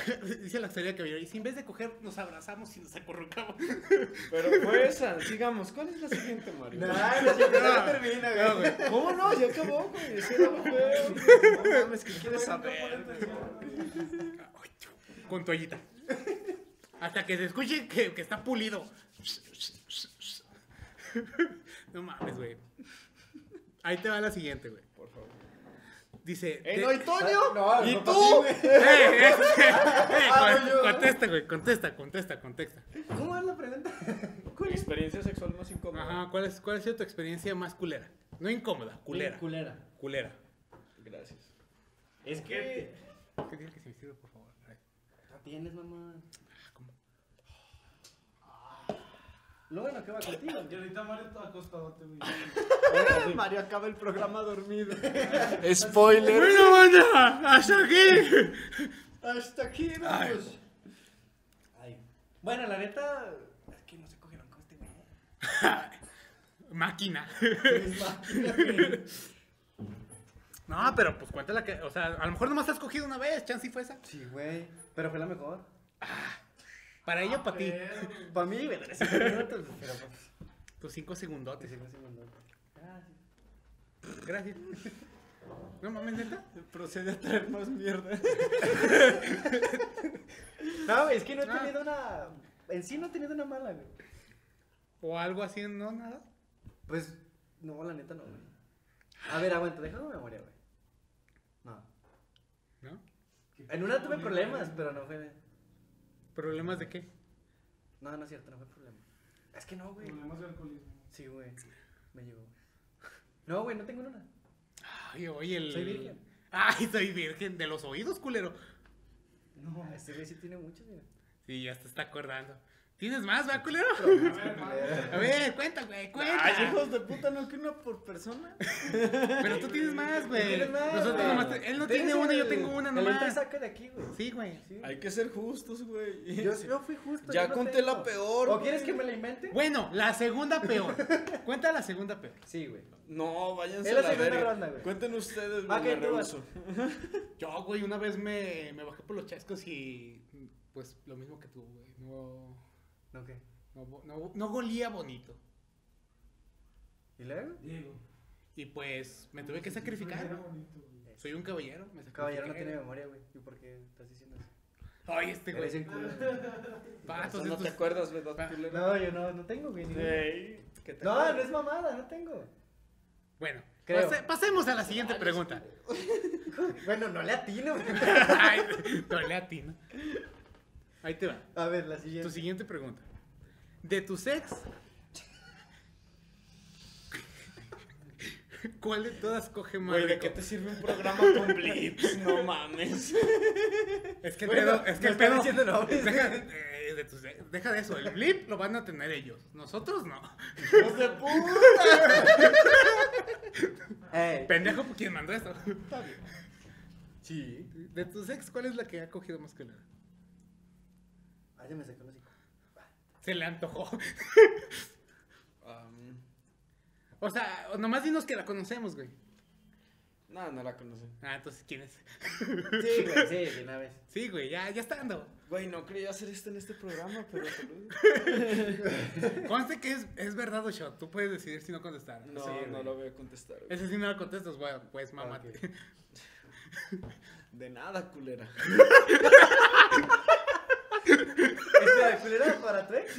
dice la historia que había. Y si en vez de coger, nos abrazamos y nos acorrucamos. Pero fue esa. Sigamos. ¿Cuál es la siguiente, Mario? No, no, yo creo que no termina, güey. ¿Cómo no? Ya acabó, güey. Ese era lo feo. No mames, ¿qué quieres saber? Ay, chu, Con toallita. Hasta que se escuche que, que está pulido. No mames, güey. Ahí te va la siguiente, güey. Por favor. Dice. ¡Ey, de- no, y Toño! No, ¿Y no, tú? para ti, Eh, eh, eh, Ah, con- no, yo. contesta, güey. Contesta, contesta, contesta. güey. ¿Cómo es la pregunta? Experiencia sexual más incómoda. Ajá, ¿cuál, es, ¿cuál ha sido tu experiencia más culera? No incómoda, culera. Culera. Culera. Gracias. Es que. ¿Qué tiene que se me sirve, por favor? La tienes, mamá. Ah, Ah. ¿cómo? Luego no queda contigo. Y ahorita Mario todo acostadote, güey. Mario acaba el programa dormido. Spoiler. Bueno, banda, hasta aquí. Hasta aquí, amigos. Ay. Bueno, la neta. Es que no se cogieron con este güey. Máquina. Mis máquinas, güey. No, pero pues cuéntala que, o sea, a lo mejor nomás has cogido una vez, chance y fue esa. Sí, güey. Pero fue la mejor. Para ella, para ti. Pero, güey. Para mí, güey, tres minutos. Pero pues. Tus cinco segundotes. Sí, sí, mandó. Gracias. Gracias. No mames, neta. Procede a traer más mierda. No, güey, es que no he Ah. tenido una. En sí no he tenido una mala, güey. O algo así, no, nada. Pues, no, la neta no, güey. A ver, aguanta, déjame memoria, güey. No. ¿No? En una tuve problemas, pero no fue. ¿Problemas de qué? No, no es cierto, no fue problema. Es que no, güey. Problemas de alcoholismo. Sí, güey. Me llegó. No, güey, no tengo nada. Ay, oye, el. Soy virgen. Ay, soy virgen de los oídos, culero. No, este güey sí tiene muchos, mira. Sí, ya te está acordando. ¿Tienes más, va, culero? A ver, Mario. A ver, cuenta, güey, cuenta. Ay, hijos de puta, ¿no que una por persona? Pero tú tienes más, güey. tienes más, Nosotros güey. nomás. te- Él no tiene Tienes una, yo el- tengo una el entra y nomás. saca de aquí, güey. Sí, güey. Sí. Hay que ser justos, güey. Yo, yo fui justo. Ya yo no conté tengo. la peor, ¿O güey. quieres que me la invente? Bueno, la segunda peor. Cuenta la segunda peor. Sí, güey. No, váyanse Es la a la segunda verga. ronda, güey. Cuenten ustedes, Va, güey, que me tú vas. rehuso. Ah, Yo, güey, una vez me, me bajé por los chascos y pues lo mismo que tú, güey. No, ¿No qué? no, bo- no, no golía bonito. ¿Y luego? Diego. Y pues me tuve que sacrificar. Era ¿no? bonito, güey. Soy un caballero, me sacrifiqué. Caballero no tiene memoria, güey. ¿Y por qué estás diciendo eso? Ay, este Eres güey. bien culero. Vatos, Eso no estos- te acuerdas, ¿verdad? Ah. culero? No, yo no, no tengo, güey. ninguno. Ey, ¿qué te No, acuerdas? no es mamada, no tengo. Bueno, Creo. pase- pasemos a la siguiente pregunta. Bueno, no le atino. güey. Ay, dole a ti, ¿no? Ahí te va. A ver, la Tu siguiente. siguiente pregunta. De tus ex, ¿cuál de todas coge más Güey, ¿de rico? qué te sirve un programa con blips? No mames. Es que el Bueno, pedo, es que no el estoy pedo. diciendo no. Deja, eh, de tus ex, deja de eso, el blip lo van a tener ellos. Nosotros no. ¡Hijos de puta! Ey. Pendejo, ¿por quién mandó esto? Sí. De tus ex, ¿cuál es la que ha cogido más que la? Ay, Ah, ya me sacó los hijos. Se le antojó. Um, O sea, nomás dinos que la conocemos, güey. no, no la conocí. Ah, entonces, ¿quién es? Sí, güey, sí, de una vez. Sí, güey, ya, ya está ando. Güey, no quería hacer esto en este programa, pero saludos. Conste que es, es verdad o shot. Tú puedes decidir si no contestar. No, Sí, no güey. lo voy a contestar. güey. Ese sí no lo contestas, güey, pues mamate. De nada, culera. ¿Esta de culera para tu ex?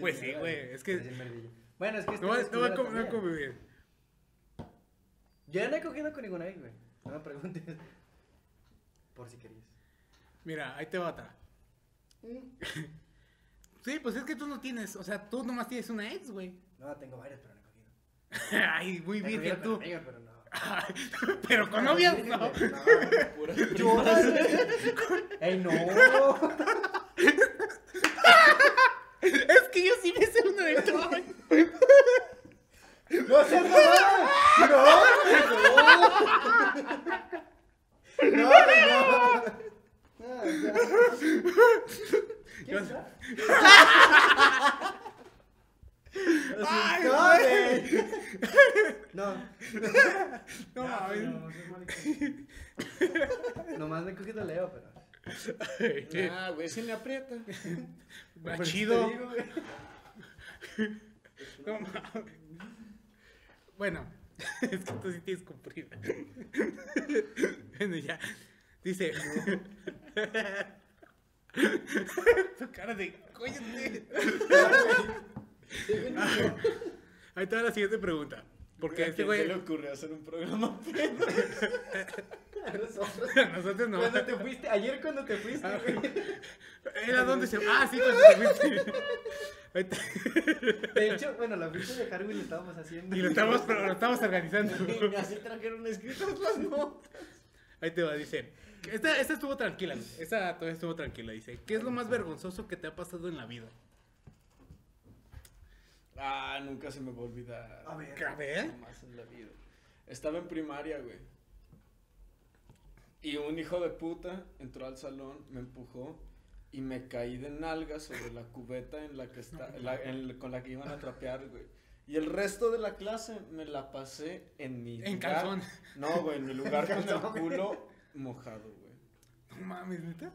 Pues bien sí, mierda, güey, es que- Eres bien merdilla. Bueno, es que. este No, va- es no va a culero com- no va a también. convivir. Yo no he cogido con ninguna ex, güey. No me preguntes. Por si querías. Mira, ahí te va otra. Sí, pues es que tú no tienes, o sea, tú nomás tienes una ex, güey. No, tengo varias, pero no he cogido. Ay, muy He cogido virgen con tú. amigas, pero no. Ay, Pero con novias virgen, no. güey, Pura ¡Ey, no! Es que yo sí me sé una de todas. ¡No seas mamada! ¡No! ¡No! ¡No, no! no ya. ¿Quién Yo- está? Ay, ¡No, güey. güey! No, No mames. nomás me cogí de Leo, pero... Ah, Ay, che, Ah, güey, se me aprieta. va Por eso Este, Chido. te digo, güey. No mames. Bueno, es que tú sí tienes cumplida. Bueno, ya. Dice. tu cara de. ¡Cóllate! Ahí te va la siguiente pregunta. Porque ¿A quién se este güey. le ocurre hacer un programa? A nosotros. A nosotros no. Cuando te fuiste, ayer cuando te fuiste, Ah, güey, Era donde se. Ah, sí, cuando te fuiste. Ahí te- De hecho, bueno, la fiesta de Harwin lo estábamos haciendo. Y lo estamos, pero lo estamos organizando. Así trajeron escritas pues, las notas. Ahí te va, dice. Esta, esta estuvo tranquila. güey. Esta todavía estuvo tranquila. Dice: ¿Qué es lo más vergonzoso que te ha pasado en la vida? Ah, nunca se me va a olvidar. A ver. A ver. Jamás en la vida. Estaba en primaria, güey. Y un hijo de puta entró al salón, me empujó y me caí de nalgas sobre la cubeta en la que está, la- en- con la que iban a trapear, güey. Y el resto de la clase me la pasé en mi En lugar- calzón. No, güey, en mi lugar con el calzón, güey. culo mojado, güey. No mames, neta.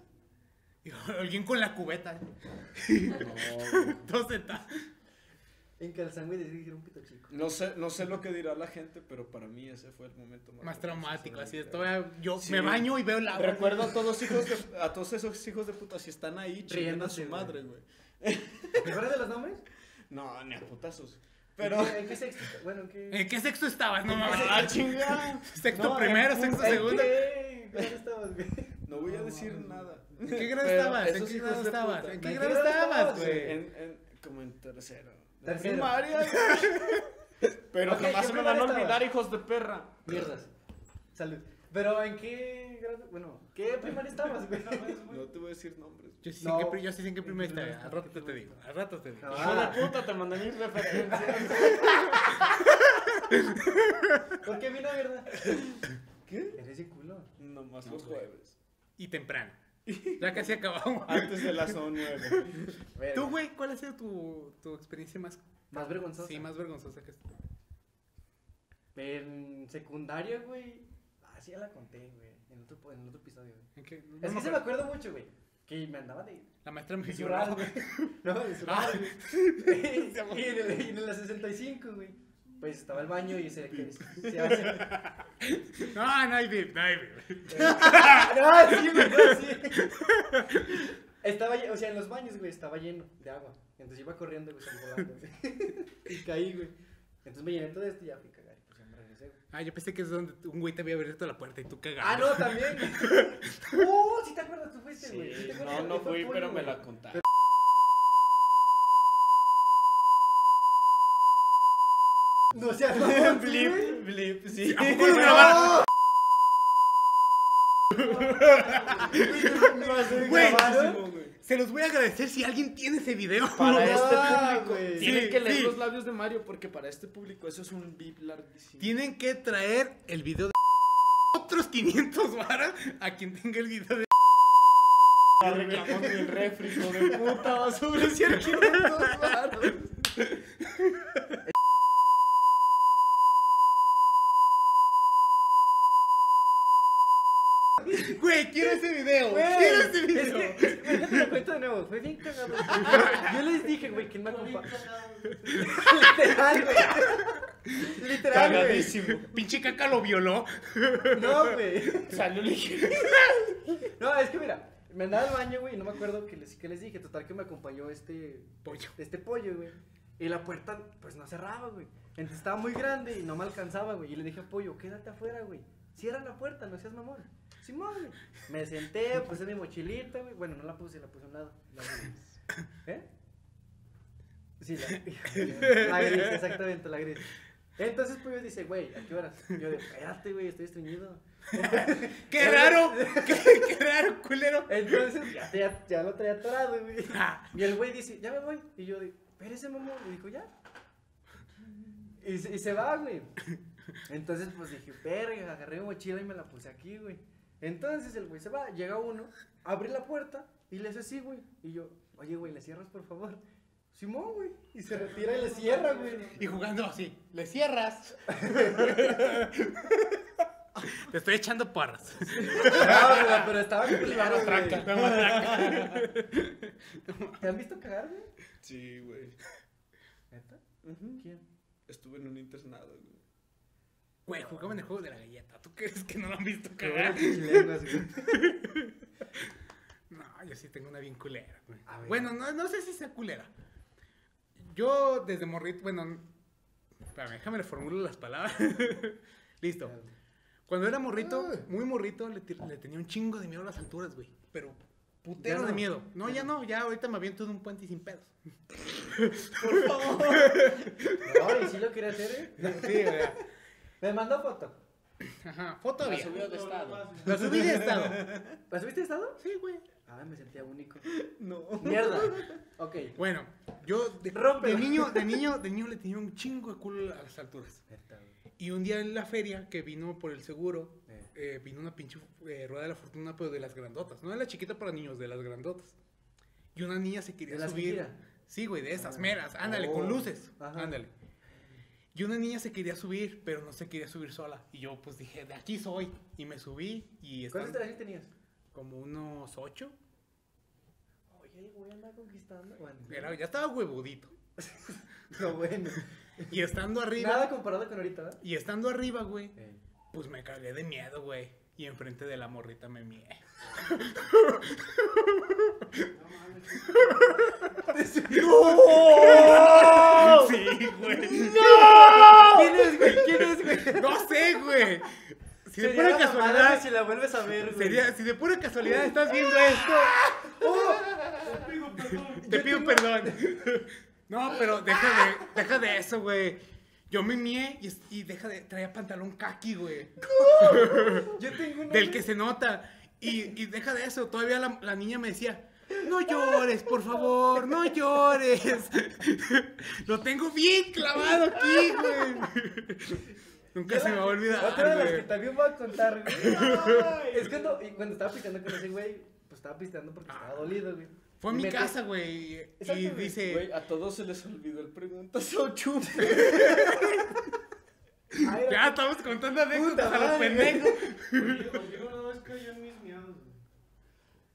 Y alguien con la cubeta. No, güey. Dos sentados. En calzán, güey, decidí que era un pito chico. No sé, no sé lo que dirá la gente, pero para mí ese fue el momento más, vergonzoso Más traumático. de mi Así es. vida. Todavía yo Sí. me baño y veo el agua. Recuerdo a todos hijos de, a todos esos hijos de puta si están ahí chingando a Riéndose, su güey. madre, güey. ¿Te acuerdas de los nombres? No, ni a putazos. Pero ¿En qué- ¿En qué sexto? Bueno, ¿en qué...? ¿En qué sexto estabas? No mames. ah, chinga. Sexto No, primero, en- sexto en segundo. qué grado estabas, güey? No voy a decir nada. ¿En qué grado Pero estabas? ¿En esos qué hijos grado de estabas? puta. ¿En qué ¿En grado qué grado estabas, estabas, güey? En, en- como en tercero. En Tercero. Primaria. güey. Pero Ok, jamás ¿qué se me van a primaria olvidar, estabas? hijos de perra. Mierdas. Salud. Pero ¿en qué grado? Bueno, ¿qué primaria estabas, güey? No te voy a decir nombres. Yo sí, No. sé en qué, pri- yo sí sé en qué primero Primero estaba. Al estaba, rato qué te digo. Al rato te digo. No. Hijo de Ah. puta, te mandé mis referencias. ¿Por qué vino, verdad? ¿Qué? Eres de culo. Nomás No, los güey. jueves. Y temprano. Ya casi acabamos. Antes de las 9. Verga. ¿Tú, güey, cuál ha sido tu, tu experiencia más, Más vergonzoso. sí, más vergonzosa que esta? En secundaria, güey. Ah, sí, ya la conté, güey. En otro, po- en otro episodio, güey. ¿En qué? No es me que se me acuerdo. acuerdo mucho, güey. Que me andaba de. La maestra me de hizo zurrar, güey. No, de zurrar, Ah. güey. y, en el, y en la 65, güey. Pues estaba el baño y se, que- se hace. No, no hay bip, no hay bip. no, sí, güey, no, sí. Estaba, lle- o sea, en los baños, güey, estaba lleno de agua. Entonces iba corriendo, güey, salí volando, güey. Y caí, güey. Entonces me llené todo esto y ya fui a cagar. y Pues ya me regresé, güey. Ah, yo pensé que es donde un güey te había abierto la puerta y tú cagando. Ah, no, también. Uh, si te acuerdas, tú fuiste, güey. ¿Sí te acuerdas? No, no Fue fui, Pollo, pero me güey. la contaron. No seas mamón, sí, güey. Blip, blip, sí. ¿A poco lo grabaron? No, sí, Güey, grabaron. Se los voy a agradecer si alguien tiene ese video. Para Ah, este público. güey. Tienen Sí, que leer sí. los labios de Mario porque para este público eso es un beep larguísimo. Tienen que traer el video de otros 500 varas a quien tenga el video de Ya reclamó el refri, hijo de puta basura. Si aquí Güey, quiero ese video. Güey, Quiero ese es video. que, es que- déjate lo cuento de nuevo, fue bien cagado. Yo les dije, güey, ¿quién me acompaña? Literal, güey. Literal, güey. Cagadísimo. Pinche caca lo violó. No, güey. Salió ligero. No, es que mira, me andaba al baño, güey, y no me acuerdo qué les, qué les dije. Total que me acompañó este Pollo. este pollo, güey. Y la puerta, pues no cerraba, güey. Entonces estaba muy grande y no me alcanzaba, güey. Y le dije a pollo, quédate afuera, güey. Cierra la puerta, no seas mamón. Simón, güey. Me senté, puse mi mochilita, güey. Bueno, no la puse, la puse a un lado. La gris. ¿Eh? Sí, la, la gris, exactamente, la gris. Entonces pollo dice, güey, ¿a qué horas? Yo de, espérate, güey, estoy estreñido. ¡Qué raro! ¡Qué, qué raro, culero! Entonces ya, ya- ya lo traía atorado, güey. Ah. Y el güey dice, ya me voy. Y yo digo, espérese, mamón. Y dijo, ya. Y, se- y se va, güey. Entonces, pues dije, verga, agarré mi mochila y me la puse aquí, güey. Entonces el güey se va, llega uno, abre la puerta y le hace así, güey. Y yo, oye, güey, ¿le cierras, por favor? Simón, güey. Y se retira y le cierra, güey. Y jugando así, le cierras. Te estoy echando porras. No, güey, pero estaba bien claro, Tranca, güey. nada más tranca. ¿Te han visto cagar, güey? Sí, güey. ¿Neta? ¿Quién? Estuve en un internado, güey. Güey, jugaban el juego de la galleta. ¿Tú crees que no lo han visto Cagar. cagar? Chilenas, güey. No, yo sí tengo una bien culera, güey. A ver. Bueno, no, no sé si sea culera. Yo desde morrito, bueno, n- espérame, déjame reformulo las palabras. Listo. Cuando era morrito, muy morrito, le, ti- le tenía un chingo de miedo a las alturas, güey. Pero putero Ya no. de miedo. No, ya no, ya ahorita me aviento de un puente y sin pedos. No, y sí lo quería hacer, ¿eh? Sí, güey. Me mandó foto. Ajá, foto había. Subido de estado. La subí de estado. ¿La subiste de estado? Sí, güey. Ah, me sentía único. No. Mierda. Ok. Bueno, yo de, Rómpela. de niño, de niño, de niño le tenía un chingo de culo a las alturas. Y un día en la feria que vino por el seguro, Eh. eh, vino una pinche eh, rueda de la fortuna, pero de las grandotas. No de la chiquita para niños, de las grandotas. Y una niña se quería ¿De las que subir. gira? Sí, güey, de esas Ah. meras. Ándale, Oh. con luces. Ajá. Ándale. Y una niña se quería subir, pero no se quería subir sola. Y yo, pues dije, de aquí soy. Y me subí y ¿Cuántos estaba trajes tenías? como unos ocho. Oye, voy a andar conquistando. Bueno, Era- ya estaba huevudito. Pero bueno. Y estando arriba. Nada comparado con ahorita, ¿verdad? Y estando arriba, güey, Eh. pues me cagué de miedo, güey. Y enfrente de la morrita me mié. ¡No! Sí, güey. ¿Quién es, güey? ¿Quién es, güey? No sé, güey. Si de Sería pura la mamada, güey, casualidad. Si la vuelves a ver, güey. sería- si de pura casualidad estás viendo esto, te pido perdón. No, pero deja de, deja de eso, güey. Yo me mié y, y deja de. Traía pantalón kaki, güey. Yo tengo una. del que se nota. Y, y deja de eso, todavía la, la niña me decía, no llores, por favor, no llores. Lo tengo bien clavado aquí, güey. Nunca se me va a Otra de las que olvidar, güey. también voy a contar, güey. es cuando, y cuando estaba pisteando con ese güey, pues estaba pisteando porque estaba dolido, güey. Ah. Fue a Y mi metí- casa, güey. Y, Exacto, güey. dice, Güey, a todos se les olvidó el preguntas o chupas. Ay, ya estamos contando anécdotas Puta a los madre, pendejos. Yo una vez caí en mis miedos, güey.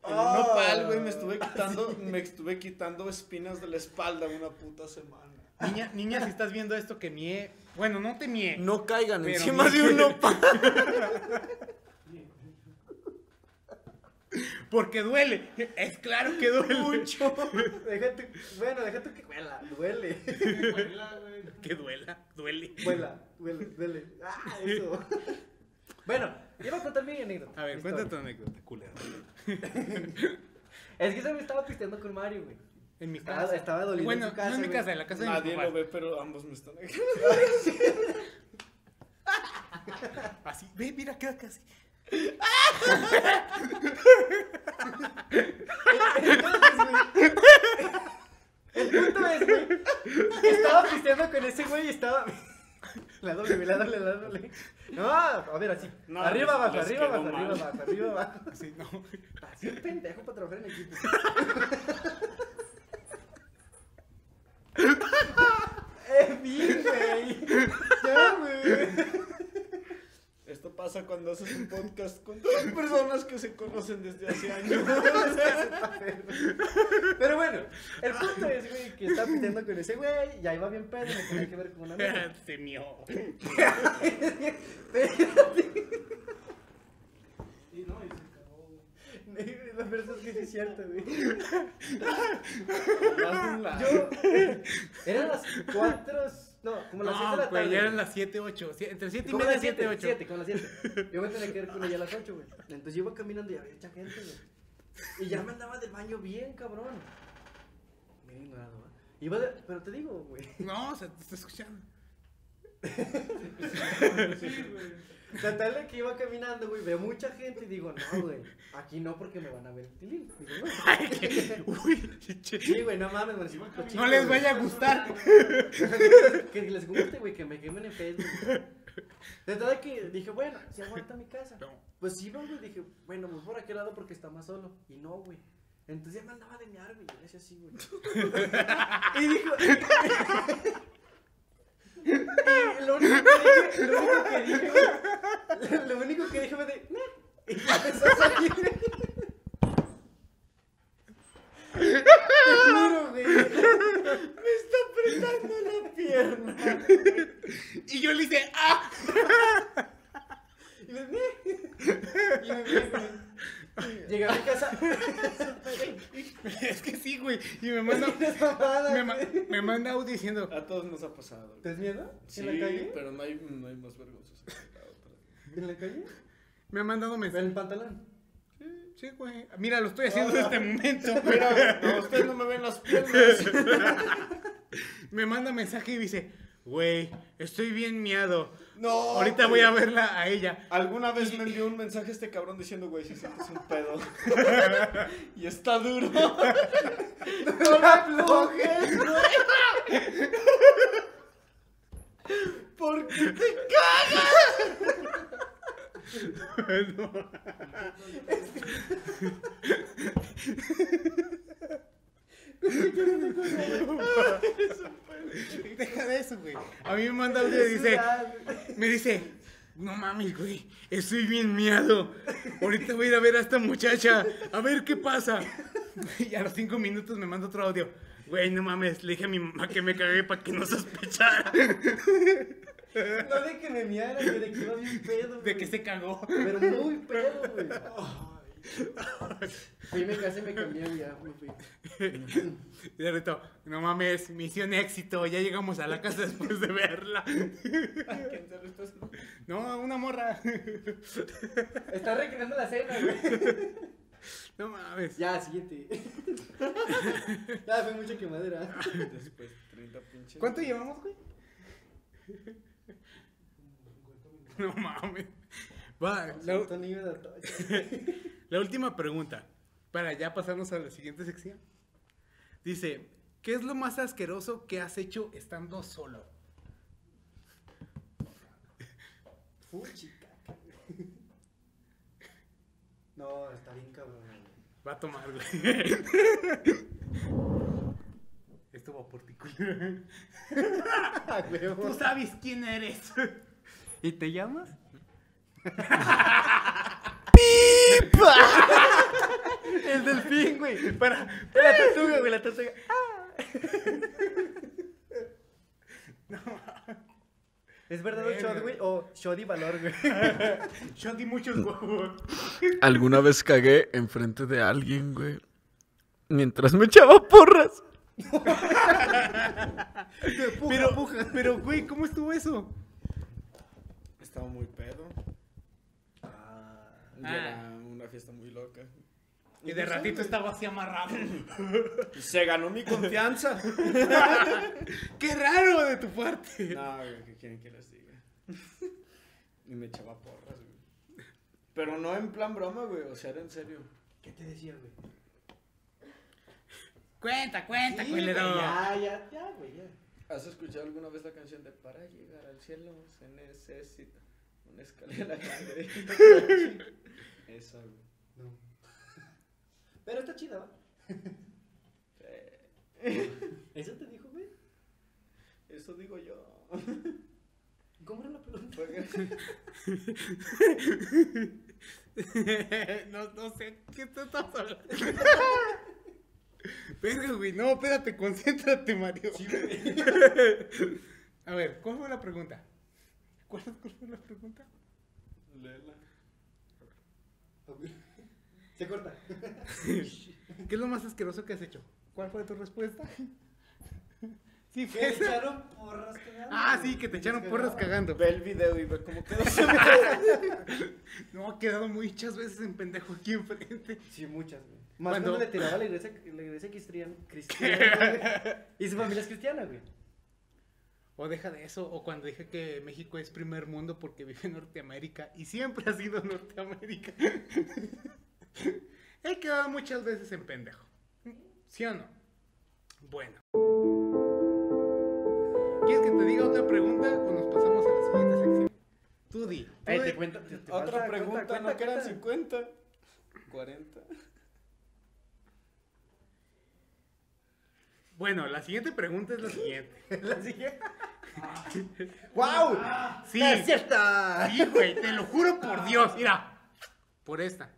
En un nopal, güey, me estuve quitando, me estuve quitando espinas de la espalda una puta semana. Niña, niña, si estás viendo esto, que mie. Bueno, no te mie. No caigan Pero encima no- de un nopal. Porque duele. Es claro que duele. Mucho. Déjate, bueno, déjate que huela, duele. Vuela, güey. Que duela, duele. Huela, duele, duele. Ah, eso. Bueno, yo voy a contar mi anécdota. A ver, mi cuéntate tu historia. anécdota, culero. Es que se me estaba pisteando con Mario, güey. En mi Estaba- casa. estaba doliendo en Bueno, su casa, no en mi güey. casa, en la casa de mi Nadie papá. lo ve, pero ambos me están Así, ve, mira, queda casi. El punto es, güey. Estaba pisteando con ese güey y estaba. La doble, la doble, la doble. No, a ver, así. No, arriba, les- abajo, les arriba, quedó abajo, mal. arriba, abajo, arriba, abajo. Así, no. Así un pendejo para trabajar en equipo. En fin, güey. Ya, güey. Esto pasa cuando haces un podcast con dos personas que se conocen desde hace años. Pero bueno, el punto es, güey, que estaba pisteando con ese güey. Ya iba bien pedo, me tenía que ver con una amiga. Se mió. Y no, y se acabó, güey. La verdad es que sí es cierto, güey. Yo Yo. eh, Eran las 4. No, como las 6 de No, la güey, ya tarde. eran las 7, 8. Entre 7 y Como media, las 7, 8. 7, como las 7. Yo me tenía que ir con ella a las 8, güey. Entonces yo iba caminando y había mucha gente, güey. Y ya me andaba del baño bien, cabrón. Bien ignorado, ¿va? Iba de... Pero te digo, güey. No, se te está escuchando. Sí, güey. Total de que iba caminando, güey. Veo mucha gente y digo, no, güey. Aquí no porque me van a ver el tilín. Digo, Ay, no. qué- Uy, che. Sí, güey, no mames, güey. Iba cochino, caminando, No les güey. vaya a gustar. que les guste, güey, que me quemen en Facebook. De verdad que dije, bueno, si aguanta mi casa. No. Pues sí, güey, dije, bueno, pues por aquel lado porque está más solo. Y no, güey. Entonces ya me andaba de mear, güey. Yo le hacía así, güey. y dijo. y lo único que dije, lo único que dije, güey. Lo único que dije fue de. "Nah", Y ya empezó a salir, güey. Te juro, güey. Me está apretando la pierna. Y yo le hice, ¡ah! Y me Y me vi, güey. Llegué a mi casa. Es que sí, güey. Y me manda, Tienes mamada, me, ma- güey. me manda audio diciendo, a todos nos ha pasado. güey. ¿Te has miedo? Sí, ¿En la calle? pero no hay, no hay más vergonzoso que la otra. ¿En la calle? me ha mandado ¿En el mensaje. pantalón? Sí, güey. Mira, lo estoy haciendo en este momento. Mira, no, ustedes no me ven las piernas. Me manda mensaje y dice, güey, estoy bien miado. No. Ahorita voy güey. a verla a ella. Alguna vez me envió un mensaje este cabrón diciendo, güey, si sientes un pedo. y está duro. ¡No la aflojes, güey! ¿Por qué te No. Deja de eso, güey. A mí me manda audio y dice, me dice, no mames, güey, estoy bien miado. Ahorita voy a ir a ver a esta muchacha, a ver qué pasa. Y a los cinco minutos me manda otro audio. Güey, no mames, le dije a mi mamá que me cagué para que no sospechara No de que me miara, güey, de que iba bien pedo, de güey. que se cagó. Pero muy pedo, güey. Ahí me casé, me cambié, güey. ya me fui. Y de reto, no mames, misión éxito, ya llegamos a la casa después de verla. No, una morra. Está recreando la cena, güey. No mames. Ya, siguiente. Ya, fue mucha quemadera. Después 30 pinches. ¿Cuánto llevamos, güey? No mames. Va, la, Siento nivel de atocha. la última pregunta, para ya pasarnos a la siguiente sección. Dice, ¿qué es lo más asqueroso que has hecho estando solo? Fuchica. No, está bien cabrón. Va a tomar, güey. Esto va por ti, culo. Tú sabes quién eres. ¿Y te llamas? El delfín, güey. Para, La tortuga, güey, la tortuga. ¿Es verdad un shot, güey? O shot y valor, güey. Yo di muchos huevos. Alguna vez cagué enfrente de alguien, güey. Mientras me echaba porras. pero, pero, güey, ¿cómo estuvo eso? Estaba muy pedo. Ah, Y Ah. Era una fiesta muy loca. Y de ratito estaba así amarrado. Se ganó mi confianza. ¡Qué raro de tu parte! no, güey, ¿qué quieren que les diga? y me echaba porras, güey. Pero no en plan broma, güey. O sea, era en serio. ¿Qué te decía, güey? Cuenta, cuenta, Sí, güey, culero. ya, ya, ya, güey, ya. ¿Has escuchado alguna vez la canción de Para llegar al cielo se necesita una escalera grande? Esa, güey. No. Pero está chida, ¿va? Eh, ¿Eso te dijo, güey? Eso digo yo. ¿Cómo era la pregunta? no, no sé qué te estás hablando. Pero, güey, no, espérate, concéntrate, Mario. A ver, ¿cuál fue la pregunta? ¿Cuál, cuál fue la pregunta? Léela. Se corta. ¿Qué es lo más asqueroso que has hecho? ¿Cuál fue tu respuesta? Sí, Que fue te esa. echaron porras cagando. Ah, sí, que te echaron porras cagando. Ve el video y ve cómo quedó. No, ha quedado muchas veces en pendejo aquí enfrente. Sí, muchas, güey. Más Cuando- cuando le tiraba a la iglesia, la iglesia cristiana. cristiana güey. y su familia es cristiana, güey. O deja de eso, o cuando dije que México es primer mundo porque vive en Norteamérica y siempre ha sido Norteamérica. He quedado muchas veces en pendejo. ¿Sí o no? Bueno. ¿Quieres que te diga otra pregunta o nos pasamos a la siguiente sección? Tú di. tú Eh, di. te cuento. te- te Otra falta- pregunta, cuenta, ¿no que eran cuenta. 50? 40. Bueno, la siguiente pregunta es la siguiente. La siguiente. ¡Wow! Sí, ¡Es cierta! sí, güey, te lo juro por Dios. Mira, por esta.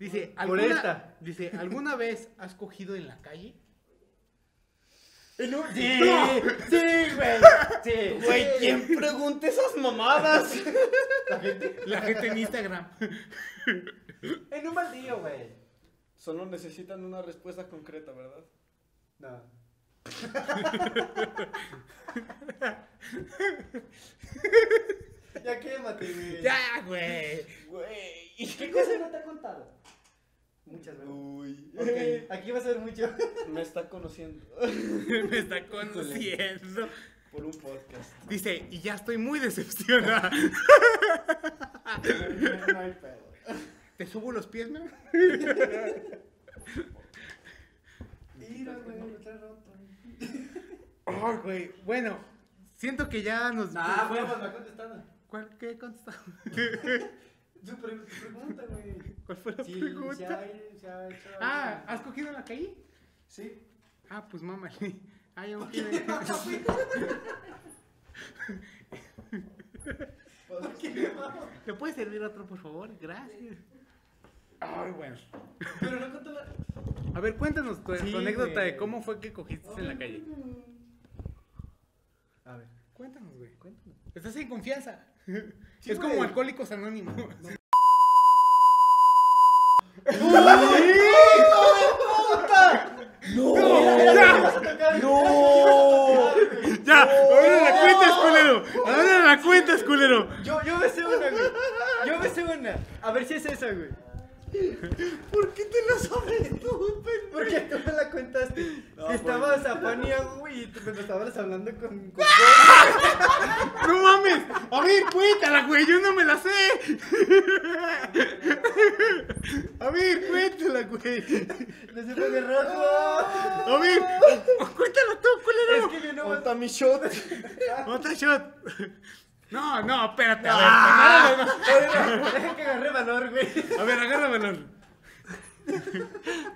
Dice, Por ¿alguna- esta. Dice, ¿alguna vez has cogido en la calle? Sí, sí, güey. Sí. Güey, ¿quién pregunta esas mamadas? La gente en Instagram. En un baldío, güey. Solo necesitan una respuesta concreta, ¿verdad? No. ya quémate, güey. Ya, güey. Güey. ¿Qué cosa no te ha contado? Muchas veces. Uy. Ok, aquí va a ser mucho. Me está conociendo Me está conociendo. por un podcast. Dice, y ya estoy muy decepcionada. No hay pedo. ¿Te subo los pies, no? Mira, güey, lo trae roto. Oh, güey. Bueno, siento que ya nos. Nah, güey, pues va contestando. Ah, ¿Cuál, ¿Qué contestamos? Tu pre- tu pregunta, güey. ¿Cuál fue la Sí, se pregunta? ha, se ha hecho. Ah, ¿has cogido en la calle? Sí. Ah, pues mámale. Ah, ya me quedé. ¿Por qué me mamo? ¿Me puedes servir otro, por favor? Gracias. Ay, bueno. Pero no contó la. A ver, cuéntanos tu, Sí, tu anécdota güey. de cómo fue que cogiste en la calle. A ver, Cuéntanos, güey. cuéntanos. Estás en confianza. Sí, es como güey. Alcohólicos Anónimos. ¡No! ¡No! ¡Ya! ¡Ahora la cuentas, culero! ¡Ahora la cuentas, culero! Yo, yo me sé una, güey. Yo me sé una. A ver si es esa, güey. ¿Por qué te la sabes tú, Porque tú me la contaste. que estabas a pan y agua, güey, y te- cuando estabas hablando con... con ¡No mames! A ver, cuéntala, güey. Yo no me la sé. A ver, cuéntala, güey. ¡No se puede rojo! A ver, cuéntala tú, culero. Es que yo no más... mi show de... Otra shot. No, no, espérate. A ver, Ah. Deja que agarré valor, güey. a ver, agarra balón.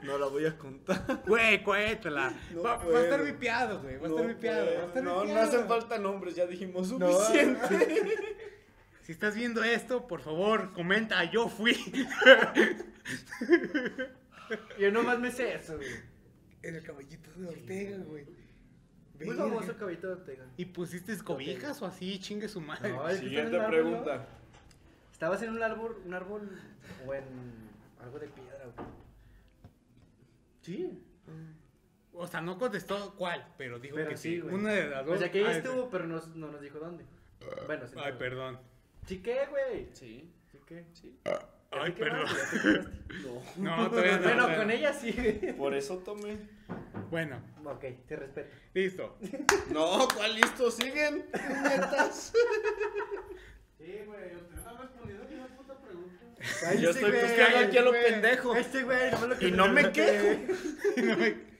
No la voy a contar. Güey, cuéntala. No va, va a puedo. estar vipiado, güey. Va a estar vipiado. Va a estar No, no vipiado. hacen falta nombres, ya dijimos suficiente. Si estás viendo esto, por favor, comenta, yo fui. Yo nomás me sé eso, güey. En el caballito de Ortega, güey. Muy Verga. famoso el Caballito de Ortega. ¿Y pusiste cobijas o así? Chingue su madre. No, es que Siguiente estaba en un árbol, ¿no? pregunta. Estabas en un árbol, un árbol o en algo de piedra, güey. Sí. O sea, no contestó cuál, pero dijo Pero que sí, sí. güey. Una de las dos. O sea, que ahí Ay, estuvo, pero no, no nos dijo dónde. Ah, Bueno, sí. Ay, pero- perdón. ¿Sí qué, güey? Sí, ¿Sí qué? sí. Ay, ¿Sí qué perdón. más, güey? ¿Sí qué más? No. No, todavía no. Bueno, todavía con no. ella sí. Por eso tomé. Bueno, ok, te respeto. listo. No, ¿cuál listo? ¿Siguen? puñetas? Sí, güey, usted está respondiendo una puta pregunta. Yo sí, estoy este güey, buscando aquí a lo güey. pendejo. Este güey, nomás lo que Y se no le me pregunte. No me-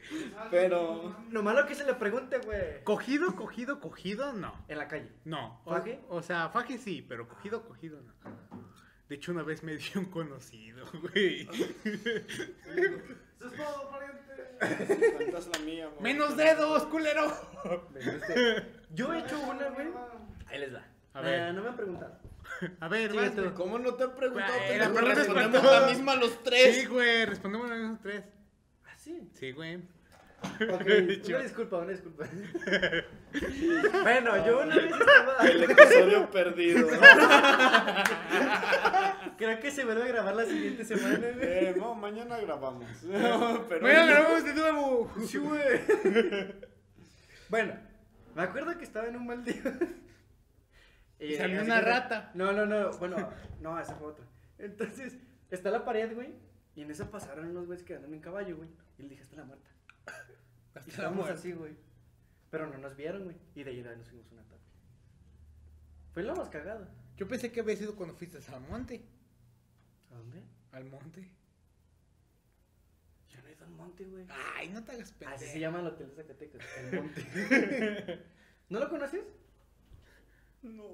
Pero- Nomás lo que se le pregunte, güey. cogido, cogido, cogido, no. En la calle. No. O- ¿Faje? O, sea, faje sí, pero cogido, cogido, no. De hecho, una vez me dio un conocido, güey. Eso es todo, pariente. Faltas la mía, amor. ¡Menos dedos, culero! Yo he hecho una, güey. Ahí les da. A ver. no me han preguntado. A ver, Sigue vas, tú. güey. ¿Cómo no te han preguntado? Güey, Te la lo pregunta es para respondemos todos. la misma a los tres. Sí, güey, respondemos a los tres. ¿Ah, sí? Sí, güey. Ok, Chido. una disculpa, una disculpa. bueno, yo una vez El estaba... episodio perdido. Creo que se vuelve a grabar la siguiente semana, güey. Eh, no, mañana grabamos. No, pero Bueno, grabamos de nuevo. Sí, güey. Bueno, me acuerdo que estaba en un mal día. Eh, Y salió una rata. No, no, no. Bueno, no, esa fue otra. Entonces, está la pared, güey. Y en esa pasaron unos güeyes que andan en caballo, güey. Y le dije, hasta la muerta. Y Hasta la estábamos muerte. así, güey. Pero no nos vieron, güey. Y de ahí nos fuimos a una tapia. Fue lo más cagado. Yo pensé que había sido cuando fuiste al monte. ¿A dónde? ¿Al monte? Yo no he ido al monte, güey. Ay, no te hagas Ah, pendejo. Así se llama el hotel de Zacatecas, el monte. ¿No lo conoces? No.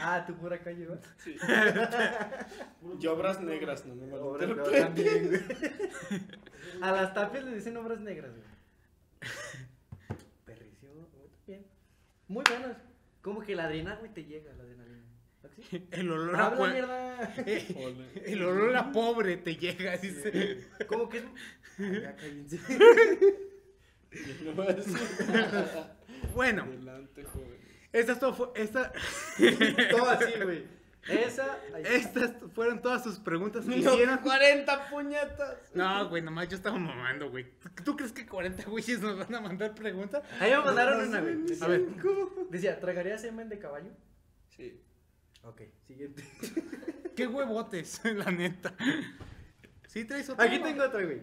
Ah, tu pura calle, ¿verdad? Sí. Y obras negras, no me Obras malinterpretes. negras también, güey. A las tapias le dicen obras negras, güey. Perricio, güey, también. Muy buenas. Como que la adrenalina, güey, te llega la adrenalina. ¿No que sí? El olor a Habla pue- mierda. Eh, El olor a pobre te llega, dice. Como que es. Ay, ya caí bien. No voy a decir. Bueno, Adelante, joven. estas, to- fu- esta- Todo así, güey. Esa. ahí está. estas fueron todas sus preguntas que hicieron. 40 puñetas. No, güey, nomás yo estaba mamando, güey. ¿Tú crees que 40 güeyes nos van a mandar preguntas? Ahí me mandaron una, güey. A ver. Decía, ¿tragaría semen de caballo? Sí. Ok, siguiente. Qué huevotes, la neta. Sí traes otra. Aquí no? tengo otra, güey.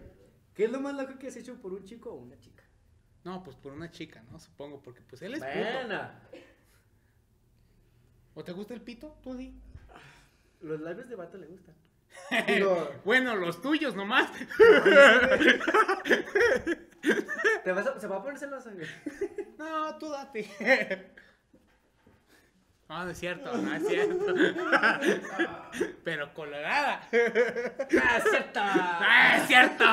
¿Qué es lo más loco que has hecho por un chico o una chica? No, pues por una chica, ¿no? Supongo, porque pues él es puto. Buena. ¿O te gusta el pito? Tú di. Los labios de vato le gustan. Digo, Bueno, los tuyos nomás. te vas a- se va a poner celosa, güey. No, tú date. No, no es cierto, no es cierto. Pero colorada. ¡Ah, cierta! ¡No es cierto!